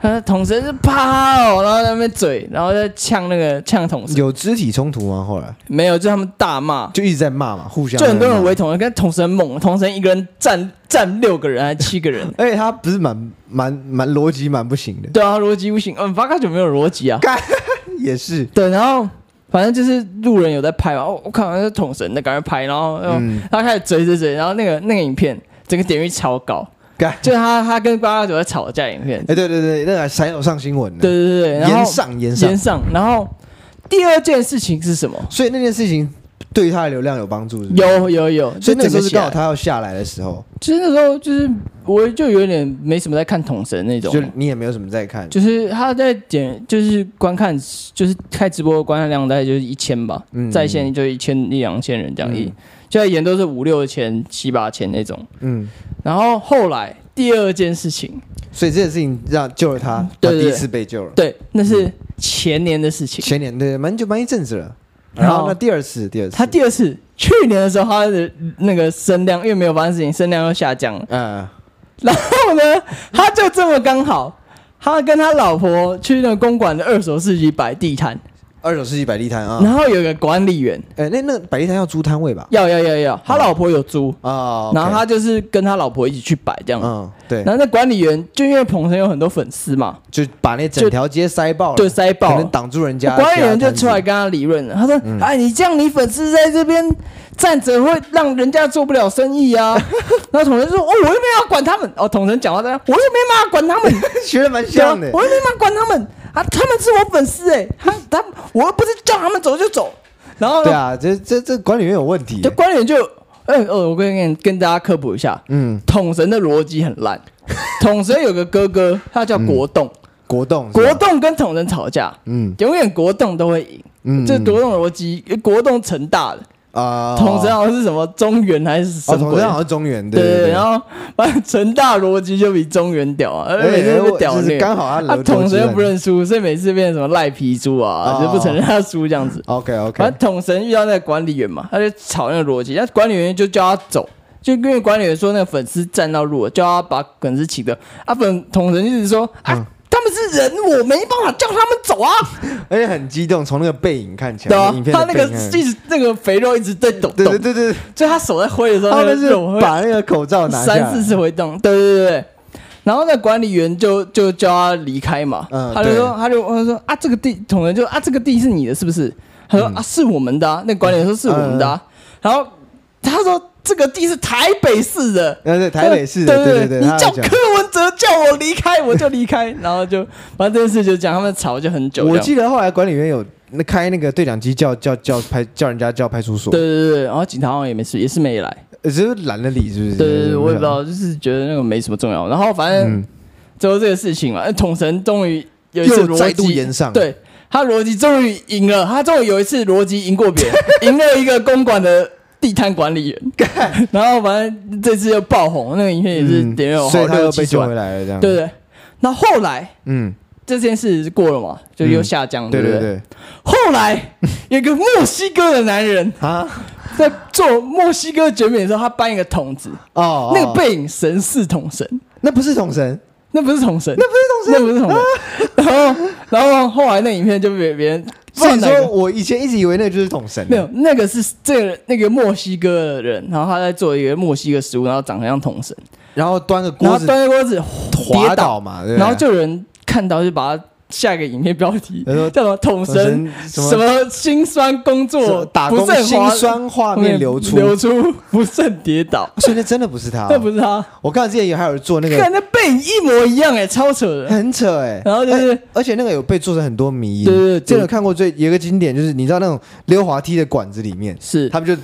B: 他说统神是啪哦，然后在那边嘴，然后在呛那个呛统神，
A: 有肢体冲突吗？后来
B: 没有，就他们大骂，
A: 就一直在骂嘛，互相
B: 就很多人围
A: 围。，
B: 统神，跟统神猛，统神一个人站站六个人还是七个人
A: 而且哎他不是蛮蛮蛮逻辑蛮不行的，
B: 对啊，逻辑不行，嗯，八嘎九没有逻辑啊，
A: 也是
B: 对，然后反正就是路人有在拍嘛，哦、我靠，那是统神的，赶快拍，然后、
A: 嗯
B: 然后开始追追追，然后那个那个影片整个点击率超高，
A: 干。
B: 就是他他跟八八九在吵架影片，
A: 哎，对对对，那个还有上新闻呢。
B: 对对对，然后
A: 延上延上
B: 延，上，然后第二件事情是什 么？
A: 所以那件事情对他的流量有帮助，是不是。
B: 有有有，
A: 所以那个时
B: 就
A: 候
B: 整个
A: 是
B: 起
A: 刚
B: 来
A: 好他要下来的时候，
B: 就是那时候就是我就有点没什么在看统神那种
A: 就，你也没有什么在看，
B: 就是他在点就是观看就是开直播的观看量大概就是一千吧，
A: 嗯
B: 在线就一千一两千人这样，
A: 嗯
B: 一就在演都是五六千七八千那种。
A: 嗯，
B: 然后后来第二件事情，
A: 所以这件事情让救了他，他
B: 对对
A: 第一
B: 对
A: 次被救了，
B: 对，那是前年的事情。
A: 前年对，蛮久蛮一阵子了。
B: 然
A: 然
B: 后
A: 后那第二次，第二次，
B: 哦他第二次去年的时候，他的那个声量因为没有发生事情，声量又下降了。
A: 嗯，
B: 然后呢，他就这么刚好，他跟他老婆去那个公馆的二手市集摆地摊，
A: 二手世纪百丽摊啊，
B: 然后有个管理员
A: 哎，那那百丽摊要租摊位吧？
B: 要要要要，他老婆有租，
A: 啊，
B: 哦然后他就是跟他老婆一起去摆这样。
A: 嗯，对
B: 然，后那管理员就因为彭城有很多粉丝嘛，
A: 就把那整条街塞爆了，
B: 就塞爆
A: 哦可
B: 了
A: 能挡住人家
B: 那
A: 其他摊
B: 管
A: 子。嗯
B: 理员就出来跟他理论了，他说：“哎，你这样你粉丝在这边站着会让人家做不了生意啊。”然后统神就说：“哦，我又没有要管他们。”哦，统神讲话在那，我又没办法管他们，
A: 学的蛮像的
B: 啊我，又没办法管他们啊，他们是我粉丝哎、他他我又不是叫他们走就走。然后呢
A: 对啊，这这这管理员有问题
B: 就，管理员就，哎、哦，我跟跟跟大家科普一下，
A: 嗯，
B: 统神的逻辑很烂。统神有个哥哥，他
A: 嗯
B: 叫国栋，
A: 国栋，
B: 国，栋跟统神吵架，
A: 嗯
B: 永远国栋都会赢。
A: 嗯，
B: 这
A: 嗯
B: 国栋逻辑，国栋成大的，
A: 啊，
B: 统神好像是什么中原还是什
A: 哦，
B: 么
A: 统
B: 鬼？
A: 神好像中原，
B: 对
A: 对
B: 然后反正成大逻辑就比中原屌啊，而且每次都被屌
A: 就是
B: 虐。
A: 刚好他
B: 啊，
A: 留
B: 统神又不
A: 是
B: 认输，所以每次变成什么赖皮猪
A: 哦
B: 啊，就不承认他输这样子。
A: ，OK
B: 反
A: OK，
B: 正统神遇到那个管理员嘛，他就吵那个逻辑，那管理员就叫他走，就因为管理员说那个粉丝站到路了，叫他把粉丝请的。啊粉统神一直说啊。
A: 嗯
B: 他们是人，我没办法叫他们走啊，
A: 而且很激动，从那个背影看起来，
B: 对啊
A: 影，片
B: 他
A: 的
B: 那
A: 背
B: 个
A: 影看起
B: 一
A: 来
B: 直那个肥肉一直在抖
A: 对对
B: 动，
A: 对对，对
B: 就他手在挥的时候，
A: 他
B: 那个
A: 们是
B: 肉会
A: 把那个口罩拿下
B: 三四
A: 来，
B: 次回动，对对对对。然后那管理员就就叫他离开嘛，
A: 嗯
B: 他就
A: 对
B: 说他就他就说啊这个地，统人就啊这个地是你的是不是？他
A: 嗯
B: 说、啊是我们的、啊，那管理员说是我们的、啊，然后他说这个地是台北市的。
A: 呃，对，台北市
B: 对
A: 的，对
B: 对
A: 对，他
B: 你叫
A: 有
B: 柯
A: 讲。
B: 文哲叫我离开，我就离开，然后就反正这件事就讲他们吵就很久这样。
A: 我记得后来管理员有那开那个对讲机叫叫叫派叫人家叫派出所，
B: 对对对，然后警察好像也没事，也是没来。
A: 呃只是懒得理，是不嗯是？
B: 对对对，
A: 是
B: 我也不知。道，就是觉得那个没什么重要。然后反正
A: 嗯，
B: 最后这个事情嘛，统神终于有一次
A: 又
B: 逻
A: 再度
B: 辑
A: 延上
B: 对他逻辑终于赢了，他终于有一次逻辑赢过别 人，赢了一个公馆的地摊管理员，然后反正这次又爆红，那个影片也是
A: 嗯
B: 点阅有
A: 所
B: 好
A: 以他
B: 六
A: 又
B: 七
A: 被
B: 十
A: 救
B: 万
A: 回，来了，这样。
B: 对，对。那后来
A: 嗯，
B: 这件事过了嘛，就又下降，
A: 对嗯
B: 不
A: 对对，
B: 后来有个墨西哥的男人
A: 啊，
B: 在做墨西哥卷饼的时候，他搬一个桶子，
A: 哦，
B: 那个
A: 被
B: 背影神似桶神。
A: 那不是统神，
B: 那不是童神，那不是童神，那不是童神。然后，然后后来那影片就被别人
A: 所以
B: 放那
A: 说
B: 个
A: 我以前一直以为那个就是统神，欸
B: 没有，那个是这个人那个墨西哥的人，然后他在做一个墨西哥食物，然后长得像童神，
A: 然后端个
B: 然
A: 锅
B: 后
A: 子
B: 端着锅子
A: 滑
B: 跌
A: 倒
B: 倒，
A: 嘛，对不对
B: 然后就有人看到就把他下一个影片标题
A: 他说
B: 叫什么童神
A: 什么
B: 什么辛酸工
A: 什么
B: 作
A: 打
B: 不
A: 工
B: 慎滑
A: 心酸画面流出，
B: 流出不慎跌倒，
A: 所以那真的不是他、哦
B: 那不是他，
A: 我看到之前有还有人做那
B: 看
A: 个，
B: 那背影一模一样哎，超扯 的，
A: 很扯哎、
B: 然后就是
A: 而而且那个有被做成很多迷因。
B: 对对对
A: 真的有看过最有一个经典就是你知道那种溜滑梯的管子里面，
B: 是
A: 他们就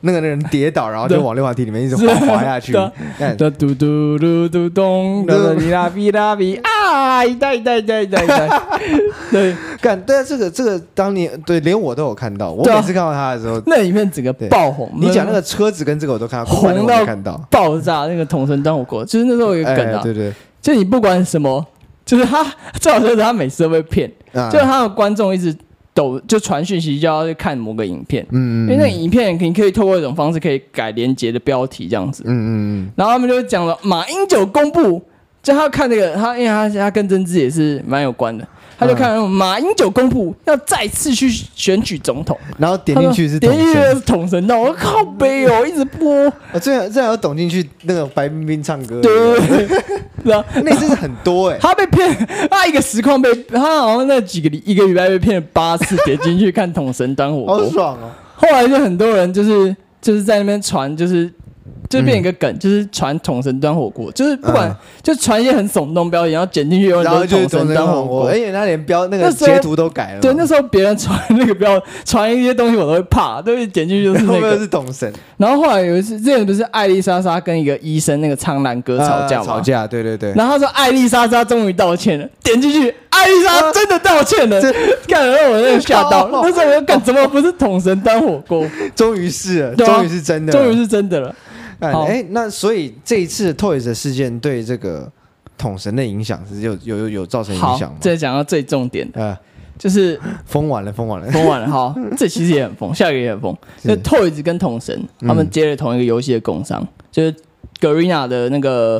A: 那个人跌倒，然后
B: 对
A: 就往溜滑梯里面一直
B: 是
A: 滑滑下去
B: 对啊。
A: 看
B: 嘟嘟嘟嘟嘟咚，
A: 嘟
B: 嘟哩啦哔啦哔啊！一代一代一代一代一 代，对，
A: 干，对啊，这个这个当年对，连我都有看到。我
B: 对啊
A: 每次看到他的时候，
B: 那影片整个爆红。
A: 你讲那个车子跟这个我都看到，管的
B: 红
A: 我没
B: 到
A: 看到。
B: 爆炸，那个同城端火锅，就是那时候有一个梗
A: 哎，
B: 啊
A: 对，对，
B: 就你不管什么，就是他最好笑的是他每次都被骗，
A: 啊
B: 就是他的观众一直抖就传讯息就要去看某个影片，
A: 嗯
B: 因为那个影片你可以透过一种方式可以改连接的标题这样子，
A: 嗯嗯
B: 然后他们就讲了马英九公布，就他看那个他，因为他他跟政治也是蛮有关的，他就看那种马英九公布要再次去选举总统，
A: 嗯，然后点进去是
B: 他
A: 统
B: 说点进去
A: 神，
B: 是统神的，我靠悲哦，一直播，
A: 哦，这样这样要懂进去那个白冰冰唱歌，
B: 对，对对然后
A: 那真是很多 哎，
B: 他被骗，啊他一个实况被他好像那几个礼一个礼拜被骗了八次，点进去看统神端火
A: 好
B: 锅，
A: 爽哦，
B: 后来就很多人就是就是在那边传，就是就变一个梗，就是传统神端火锅，就是不管、
A: 嗯
B: 就传一些很耸动标题，然后剪进去有
A: 然
B: 很
A: 后
B: 多
A: 就是
B: 统
A: 懂
B: 神
A: 得
B: 端火
A: 懂我，
B: 锅
A: 而。且那连标那个
B: 那时候
A: 截图都改了嘛，
B: 对，那时候别人传那个标，传一些东西我都会怕，都会点进 去就是
A: 后
B: 那
A: 面
B: 个。
A: 是懂神
B: 然后后来有一次，之前不是艾丽莎莎跟一个医生那个苍兰哥吵架
A: 啊
B: 嘛、
A: 吵架，对对对，
B: 然后他说艾丽莎莎终于道歉了，点进去，艾丽莎真的道歉
A: 啊
B: 了
A: 这，
B: 看了让我那个吓 到，
A: 哦
B: 那时候我就干怎么不是统神端火 锅，
A: 终于是了，
B: 对啊
A: 终于是真的了，
B: 终于是真的了。
A: 哎、
B: 好
A: 哎那所以这一次的 Toys 的事件对这个统神的影响是有有有有造成影
B: 好
A: 响，吗？
B: 再讲到最重点的，
A: 呃，
B: 就是
A: 封完了，封完了，
B: 疯完了。好，这其实也很疯，下一个也很疯。
A: 是嗯
B: 就 Toys 跟统神他们接了同一个游戏的工商，就是 Garena 的那个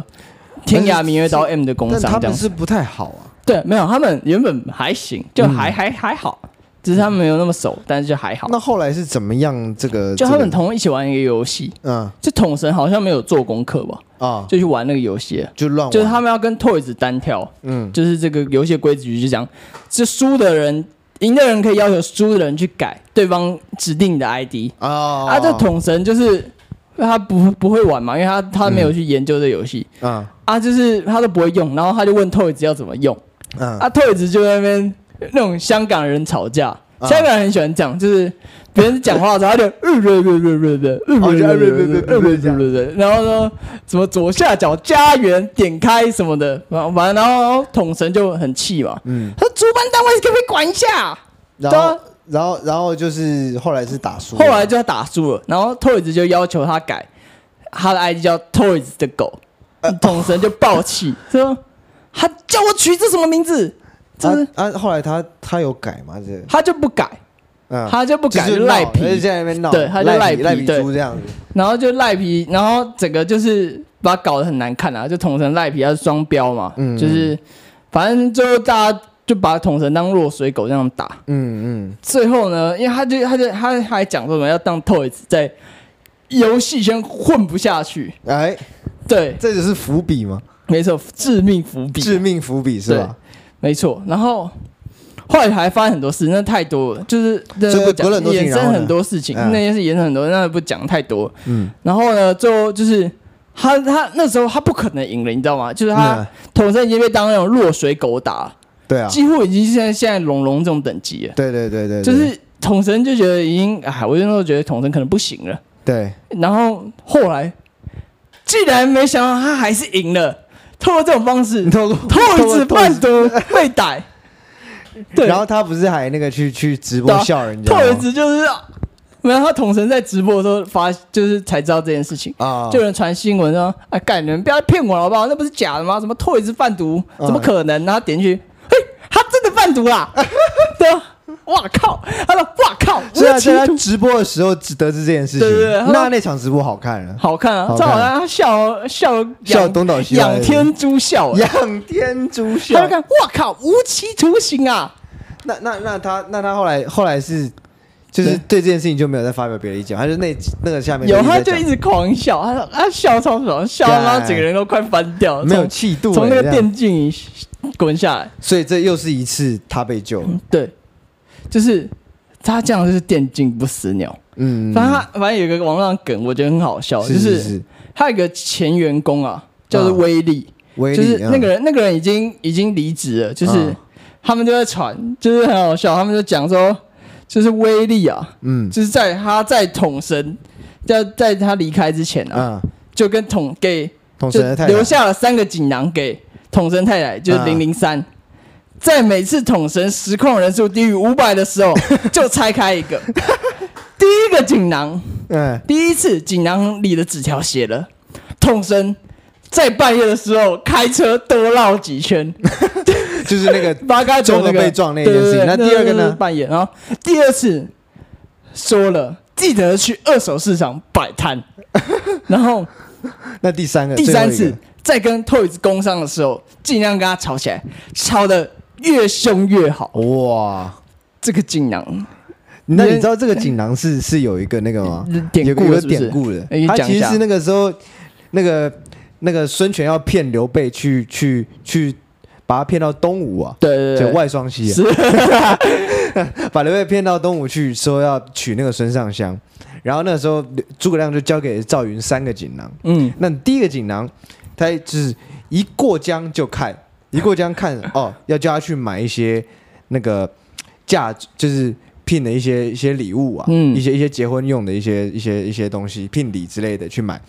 B: 《天涯明月刀 M》的工
A: 但他
B: 商这
A: 们
B: 样。
A: 是不太好啊。
B: 对，没有，他们原本还行，
A: 嗯
B: 就还还还好，只是他们没有那么熟，但是就还好。
A: 那后来是怎么样？这个
B: 就他们
A: 这个
B: 同一起玩一个游戏，
A: 嗯
B: 就统神好像没有做功课吧，
A: 啊，
B: 就去玩那个游戏了，
A: 就乱玩
B: 就是他们要跟 Toys 单挑，
A: 嗯
B: 就是这个游戏的规矩就讲，这输的人、赢的人可以要求输的人去改对方指定的 ID。
A: 啊
B: 啊，这统神就是他不不会玩嘛，因为他他没有去研究这游戏、
A: 嗯
B: 啊，就是他都不会用，然后他就问 Toys 要怎么用，
A: 嗯
B: 啊，Toys 就在那边那种香港人吵架。
A: 啊
B: 香港人很喜欢讲，就是别人讲话的时候，他就呃呃呃呃呃呃呃呃呃呃呃呃呃，然后呢，什么左下角家园点开什么的，完完，然后统神就很气嘛，
A: 嗯，
B: 他说主办单位可不可以管一下？
A: 然
B: 对啊
A: 后然后然后就是后来是打输了，
B: 后来就他打输了，然后 Toys 就要求他改，他的 ID 叫 Toys 的狗，统神就暴气说：“他叫我取这什么名字？”就
A: 啊
B: 是
A: 啊，后来他他有改吗？这
B: 他就不改，
A: 嗯，
B: 他就不改
A: 就是
B: 就赖皮
A: 闹就是在那边闹，
B: 对他就
A: 赖
B: 赖皮
A: 赖皮
B: 对
A: 猪这样子，
B: 然后就赖皮，然后整个就是把他搞得很难看啊，就统神赖皮，他是双标嘛，
A: 嗯
B: 就是反正最后大家就把统神当落水狗这样打。
A: 嗯嗯，
B: 最后呢，因为他就他就他还讲说什么要当 Toys 在游戏圈混不下去，
A: 哎，
B: 对，
A: 这就是伏笔吗？
B: 没错，致命伏笔，
A: 致命伏笔是吧？
B: 没错。然后后来还发生很多事，那太多了，就是那
A: 所以
B: 不讲
A: 隔了很多事情
B: 衍
A: 然后
B: 生
A: 呢
B: 很多事情，
A: 嗯
B: 那件事衍生很多，那不讲太多。
A: 嗯，
B: 然后呢，最后就是他他那时候他不可能赢了，你知道吗？就是他
A: 那
B: 统神已经被当那种落水狗打，
A: 嗯对啊，
B: 几乎已经现在现在龙龙这种等级了，
A: 对对对对，对
B: 就是统神就觉得已经哎，我就那时候觉得统神可能不行了。
A: 对，
B: 然后后来既然没想到他还是赢了，透过这种方式
A: 你，透过
B: 兔子贩 毒被逮，对，
A: 然后他不是还那个去去直
B: 对
A: 播
B: 啊
A: 笑人家吗，
B: 兔子就是，然后他统神在直播的时候发，就是才知道这件事情。
A: 啊，
B: 就有人传新闻说：“哎，干你们不要骗我了好不好？那不是假的吗？什么兔子贩毒，
A: 嗯
B: 怎么可能？”然后点进去，嘿，他真的贩毒啦！ 对啊，哇靠！他说：“哇靠！”
A: 所以
B: 这
A: 他在
B: 是歧
A: 啊他
B: 途
A: 直播的时候只得知这件事情，
B: 对对对他说
A: 那那场直播好看了，
B: 好看啊，
A: 好看
B: 正好像他笑笑
A: 笑
B: 仰
A: 东倒西歪
B: 仰天诛笑， 哎
A: 仰天诛
B: 他
A: 笑
B: 就。看，哇靠，无期徒刑啊！
A: 那那那他那他后来后来是就是对这件事情就没有再发表别的意见，他就那那个下面
B: 有，
A: 直
B: 他
A: 在
B: 就
A: 讲
B: 一直狂笑，他说他笑超爽，笑到他
A: 干
B: 整个人都快翻掉，
A: 没有
B: 从
A: 气度，
B: 从那
A: 哎
B: 个
A: 这样
B: 电竞椅滚下来。
A: 所以这又是一次他被救了。
B: 对，就是他这样就是电竞不死鸟。
A: 嗯，
B: 反正他反正有一个网络上梗，我觉得很好笑，
A: 是
B: 就是
A: 是
B: 他有一个前员工啊，叫做
A: 啊
B: 威力，
A: 威力
B: 就是那
A: 嗯
B: 个人那个人已经已经离职了，就是
A: 啊
B: 他们就在传，就是很好笑，他们就讲说，就是威力啊，
A: 嗯
B: 就是在他在统神，在在他离开之前啊，
A: 啊，
B: 就跟统给
A: 同
B: 就
A: 神的太太
B: 留下了三个锦囊给统神太太，就是
A: 啊
B: 零零三。在每次统神实况人数低于五百的时 候，就拆开一个。第一个锦囊，
A: 嗯
B: 第一次锦囊里的纸条写了： 统神在半夜的时候开车多绕几圈，
A: 就是那个
B: 八嘎九
A: 中
B: 那
A: 了
B: 个
A: 被撞那件事情
B: 对对对
A: 那第二个呢
B: 就是扮演，然后第二次说了，记得去二手市场摆 摊，然后
A: 那第三个
B: 第三次
A: 哎最后
B: 再跟 Toys 工商的时候，尽量跟他吵起来，吵得越凶越好。
A: 一个哇，
B: 这个锦囊
A: 那你知道这个锦囊是 是有一个那个吗？
B: 典故
A: 有
B: 了
A: 个
B: 是不是
A: 典故的
B: 哎你，
A: 他
B: 讲一
A: 其
B: 下
A: 实那个时候，那个那个孙权要骗刘备去去去把他骗到东吴啊，
B: 对对
A: 就
B: 对，
A: 外双溪、啊，把刘备骗到东吴去，说要娶那个孙尚香，然后那个时候诸葛亮就交给赵云三个锦囊，
B: 嗯，
A: 那第一个锦囊，他就是一过江就看，一过江看哦，要叫他去买一些那个嫁，就是聘的一些一些礼物啊，
B: 嗯
A: 一些一些结婚用的一些一些一些东西，聘礼之类的去买。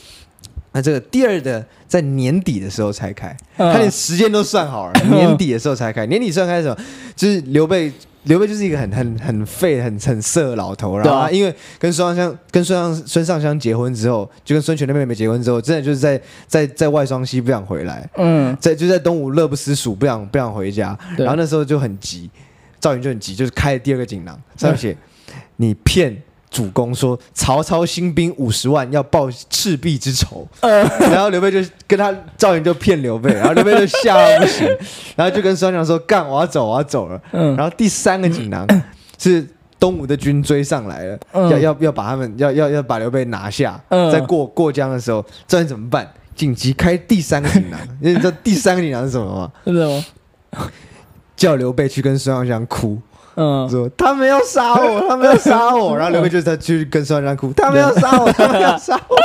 A: 那这个第二的在年底的时候才开，
B: 嗯
A: 他连时间都算好了，年底的时候才开。年底算开什么？就是刘备，刘备就是一个很很很废、很很色的老头。然
B: 对
A: 后
B: 啊
A: 他因为跟孙尚香、跟孙尚孙尚香结婚之后，就跟孙权的妹妹结婚之后，真的就是在在在外双溪不想回来，
B: 嗯，
A: 在就在东吴乐不思蜀，不想不想回家。
B: 对
A: 然后那时候就很急，赵云就很急，就是开了第二个锦囊，
B: 嗯
A: 上面写、你骗。主公说：“曹操新兵五十万，要报赤壁之仇。
B: 嗯
A: 然后刘备就跟他赵云就骗刘备，然后刘备就吓到不行， 然后就跟孙尚香说：“干，我要走，我要走了。
B: 嗯
A: 然后第三个锦囊 是东吴的军追上来了，
B: 嗯
A: 要要要把他们要要要把刘备拿下。
B: 嗯
A: 在过过江的时候，赵云怎么办？紧急开第三个 锦囊，因为你知道第三个锦囊是什么吗？
B: 是什么？
A: 叫刘备去跟孙尚香哭，
B: 嗯，
A: 说他们要杀我， 他们要杀我。然后刘备就在去跟孙尚香哭，他们要杀 我，他们要杀我。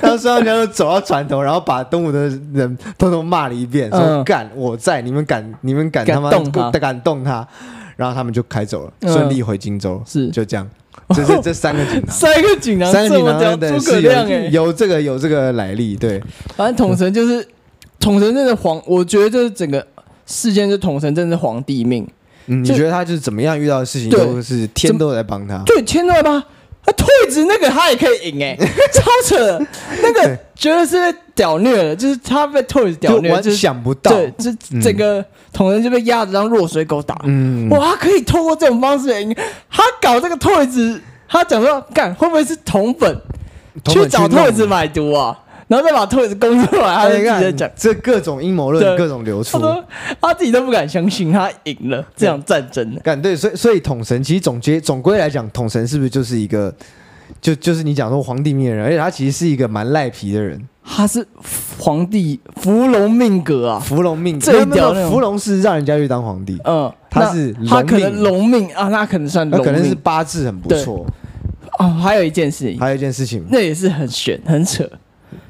A: 然后孙尚香就走到船头，然后把东吴的人通通骂了一遍，说
B: 嗯
A: 干我在，你们敢你们敢
B: 敢
A: 他妈
B: 动他
A: 敢动他。然后他们就开走了，
B: 嗯
A: 顺利回荆州。
B: 是
A: 就这样，这是这三个锦 囊。
B: 三个锦囊，
A: 三个
B: 这
A: 锦
B: 么
A: 囊
B: 屌，
A: 等
B: 诸
A: 等
B: 葛
A: 是
B: 亮哎，
A: 有有这个有这个来历，对，
B: 反正统神就是统神，真的皇，我觉得这整个事件，就统神真的是皇帝命。
A: 嗯，你
B: 就
A: 觉得他就是怎么样遇到的事情
B: 对
A: 都是天都在帮他，
B: 对，签到吧。他退职那个他也可以 赢哎、超扯的！那个绝对是被屌虐了，就是他被退职屌
A: 就
B: 虐，
A: 完
B: 就
A: 全
B: 是
A: 想不到，
B: 对，就整个统人就被压着当弱水狗打。
A: 嗯，
B: 哇，他可以透过这种方式赢。哎他搞这个退职，他讲说干会不会是同粉
A: 同粉去
B: 找
A: 弄
B: 退职买毒啊？然后再把退职供出来，他就
A: 哎
B: 自己在
A: 看
B: 讲，
A: 这各种阴谋
B: 对
A: 论，各种流
B: 他
A: 出。
B: 说他自己都不敢相信他赢了这场战争呢。
A: 干对，所以所以统神其实总结总归来讲，统神是不是就是一个，就就是你讲说皇帝命的人，而且他其实是一个蛮赖皮的人，
B: 他是皇帝伏龙命格啊，
A: 伏龙命。
B: 最
A: 没有没有
B: 屌那种
A: 伏龙是让人家去当皇帝，
B: 嗯，
A: 他
B: 那
A: 是
B: 他
A: 龙
B: 可能
A: 命
B: 龙命啊，那可能算
A: 那
B: 龙
A: 可能是
B: 命
A: 八字很不
B: 对
A: 错。
B: 哦。还有一件事情，
A: 还有一件事情，
B: 那也是很悬很扯，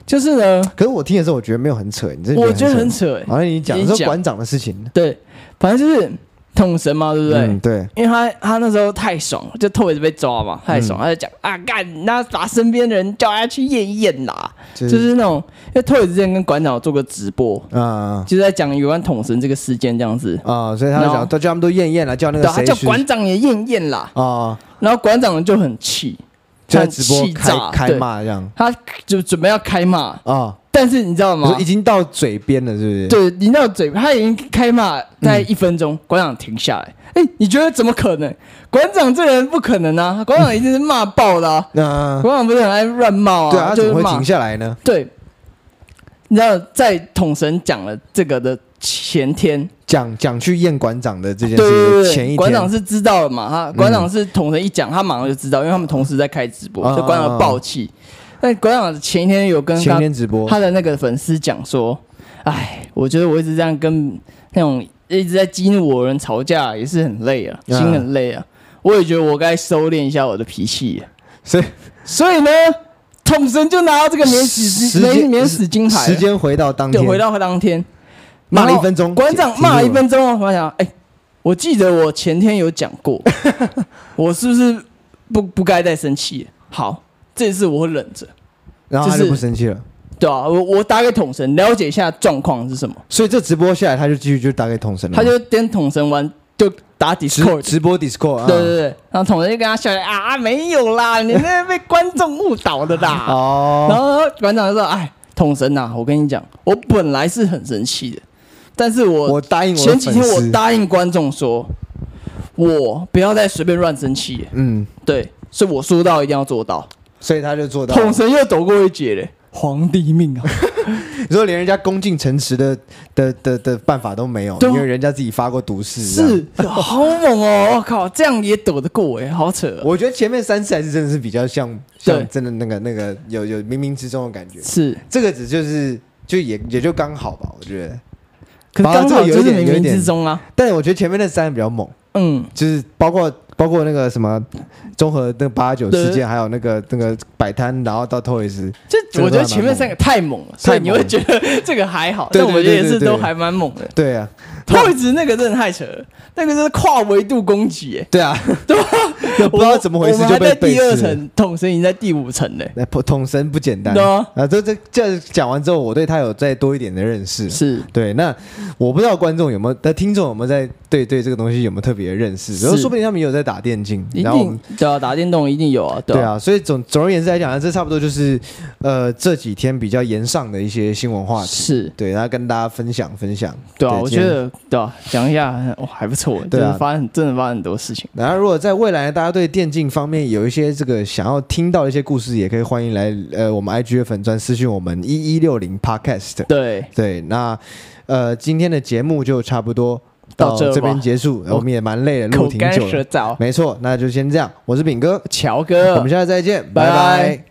B: 就是呢，
A: 可是我听的时候我觉得没有很扯，你真的
B: 我觉得
A: 很
B: 很
A: 扯。
B: 扯欸，
A: 好像你讲
B: 你
A: 说
B: 讲
A: 馆长的事情，
B: 对，反正就是统神嘛，对不对？
A: 嗯对，
B: 因为他他那时候太爽了，就特别被抓
A: 嗯
B: 嘛，太爽，他就讲啊干，那把身边的人叫他去验一验啦，
A: 就
B: 就是那种，因为特别之前跟馆长有做过直播，
A: 啊
B: 就是在讲有关统神这个事件这样子，
A: 啊，所以他就
B: 然后
A: 讲，他叫他们都验验了，叫那
B: 对
A: 个
B: 啊，他
A: 谁
B: 叫
A: 去
B: 馆长也验验啦，
A: 啊，
B: 然后馆长就很气，
A: 就在
B: 很
A: 直播
B: 气
A: 开
B: 炸，
A: 开
B: 对
A: 骂这样
B: 他就准备要开骂，
A: 啊，
B: 但是你知道
A: 我
B: 吗
A: 说已？经到嘴边了，是不是？
B: 对，你那嘴，他已经开骂大概一分钟，
A: 嗯
B: 馆长停下来。哎、你觉得怎么可能？馆长这人不可能啊！馆长一定是骂 爆的、啊，
A: 那
B: 馆长不是很爱乱骂啊？
A: 对啊，他
B: 就
A: 怎
B: 是
A: 么会
B: 骂
A: 停。下来呢？
B: 对，你知道在统神讲了这个的前天，
A: 讲讲去验馆长的这件
B: 对
A: 事
B: 对
A: 情
B: 对
A: 前一天，嗯
B: 对，馆长是知道了嘛？他馆长是统神一讲，他马上就知道，因为他们同时在开直播，
A: 啊
B: 所以馆
A: 啊
B: 长
A: 啊
B: 爆气。但馆长前一天有跟
A: 前一
B: 他
A: 天直播，
B: 他的那个粉丝讲说：“哎，我觉得我一直这样跟那种一直在激怒我的人吵架，也是很累啊，
A: 嗯
B: 心很累啊。我也觉得我该收敛一下我的脾气。
A: 所以
B: 所以呢，统神就拿到这个免死
A: 时
B: 免
A: 间
B: 免死金牌
A: 时
B: 了，
A: 间回到当
B: 对，
A: 天，
B: 回到当天
A: 骂了
B: 然
A: 一
B: 后
A: 分钟
B: 馆长
A: 停
B: 骂了一
A: 停住了
B: 分钟哦，我想，哎，我记得我前天有讲 过，我是不是不不该再生气了？好，这次我会忍着。”
A: 然后他
B: 就
A: 就是不生气了。
B: 对啊，我我打给统神了解一下状况是什么。
A: 所以这直播下来，他就继续就打给统神了，
B: 他就跟统神玩，就打
A: 直
B: Discord。
A: 嗯直播 Discord，啊
B: 对对对，然后统神就跟他笑啊，没有啦，你那被观众误导的啦。
A: 哦，
B: 啊然后馆长就说：“哎，统神呐、我跟你讲，我本来是很生气的，但是我
A: 我答应我的
B: 前几天
A: 粉
B: 我
A: 丝
B: 答应观众说，我不要再随便乱生气了。
A: 嗯，
B: 对，所以我说到一定要做到。
A: 所以他就做到了。
B: 统神又躲过一劫嘞，皇帝命啊！
A: 你说连人家恭敬城池的的的的办法都没有，
B: 对啊
A: 因为人家自己发过毒誓。这样
B: 是，好猛哦！我靠，这样也躲得过哎，好扯、哦。
A: 我觉得前面三次还是真的是比较像
B: 对
A: 像真的那个那个有有冥冥之中的感觉。
B: 是，
A: 这个只就是就也也就刚好吧，我觉得。
B: 可是
A: 好了
B: 刚
A: 这
B: 好
A: 个有
B: 就
A: 一
B: 是
A: 点
B: 冥
A: 有一
B: 冥
A: 点
B: 之中啊。
A: 但我觉得前面那三个比较猛，
B: 嗯，
A: 就是包括包括那个什么综合那八九
B: 对
A: 事件，还有那个那个摆摊，然后到 Toys，
B: 就
A: 这个
B: 我
A: 都还
B: 觉得
A: 蛮
B: 前面三个太猛了，所以你会觉得这个还好，
A: 对
B: 但
A: 对
B: 我觉得也是
A: 对对对
B: 都还蛮猛 的。
A: 对啊，
B: 透一直那个真的太扯了，那个就是跨维度攻击，哎，
A: 对啊，
B: 对吧？
A: 不知道怎么回事
B: 我们
A: 就
B: 还
A: 被
B: 在第二
A: 背刺了
B: 层，统神已经在第五层嘞，
A: 那统神不简单
B: 对啊
A: 啊！这这这讲完之后，我对他有再多一点的认识。
B: 是
A: 对，那我不知道观众有没有，但听众有没有在对对这个东西有没有特别的认识？
B: 是
A: 然后说不定他们也有在打电竞，
B: 一
A: 然后我们
B: 定对啊，打电动一定有啊，
A: 对
B: 啊，
A: 啊，所以总总而言之来讲呢，这差不多就是呃这几天比较严上的一些新闻话题。
B: 是，
A: 对，然后跟大家分享分享。
B: 对啊，我
A: 今
B: 觉
A: 天
B: 得对啊，讲一下哇还不错，就
A: 对啊
B: 是发生真的发生很多事情，
A: 然后，如果在未来大家对电竞方面有一些这个想要听到的一些故事，也可以欢迎来呃我们 IG 的粉专私讯我们一一六零 Podcast。
B: 对，
A: 对，那呃今天的节目就差不多
B: 到
A: 到
B: 这吧
A: 这边结束，
B: 我
A: 我们也蛮累了，
B: 口
A: 录挺
B: 干
A: 久
B: 舌
A: 了。
B: 燥，
A: 没错，那就先这样。我是炳哥，
B: 乔
A: 我
B: 哥
A: 们，下次再见，
B: 拜
A: 拜拜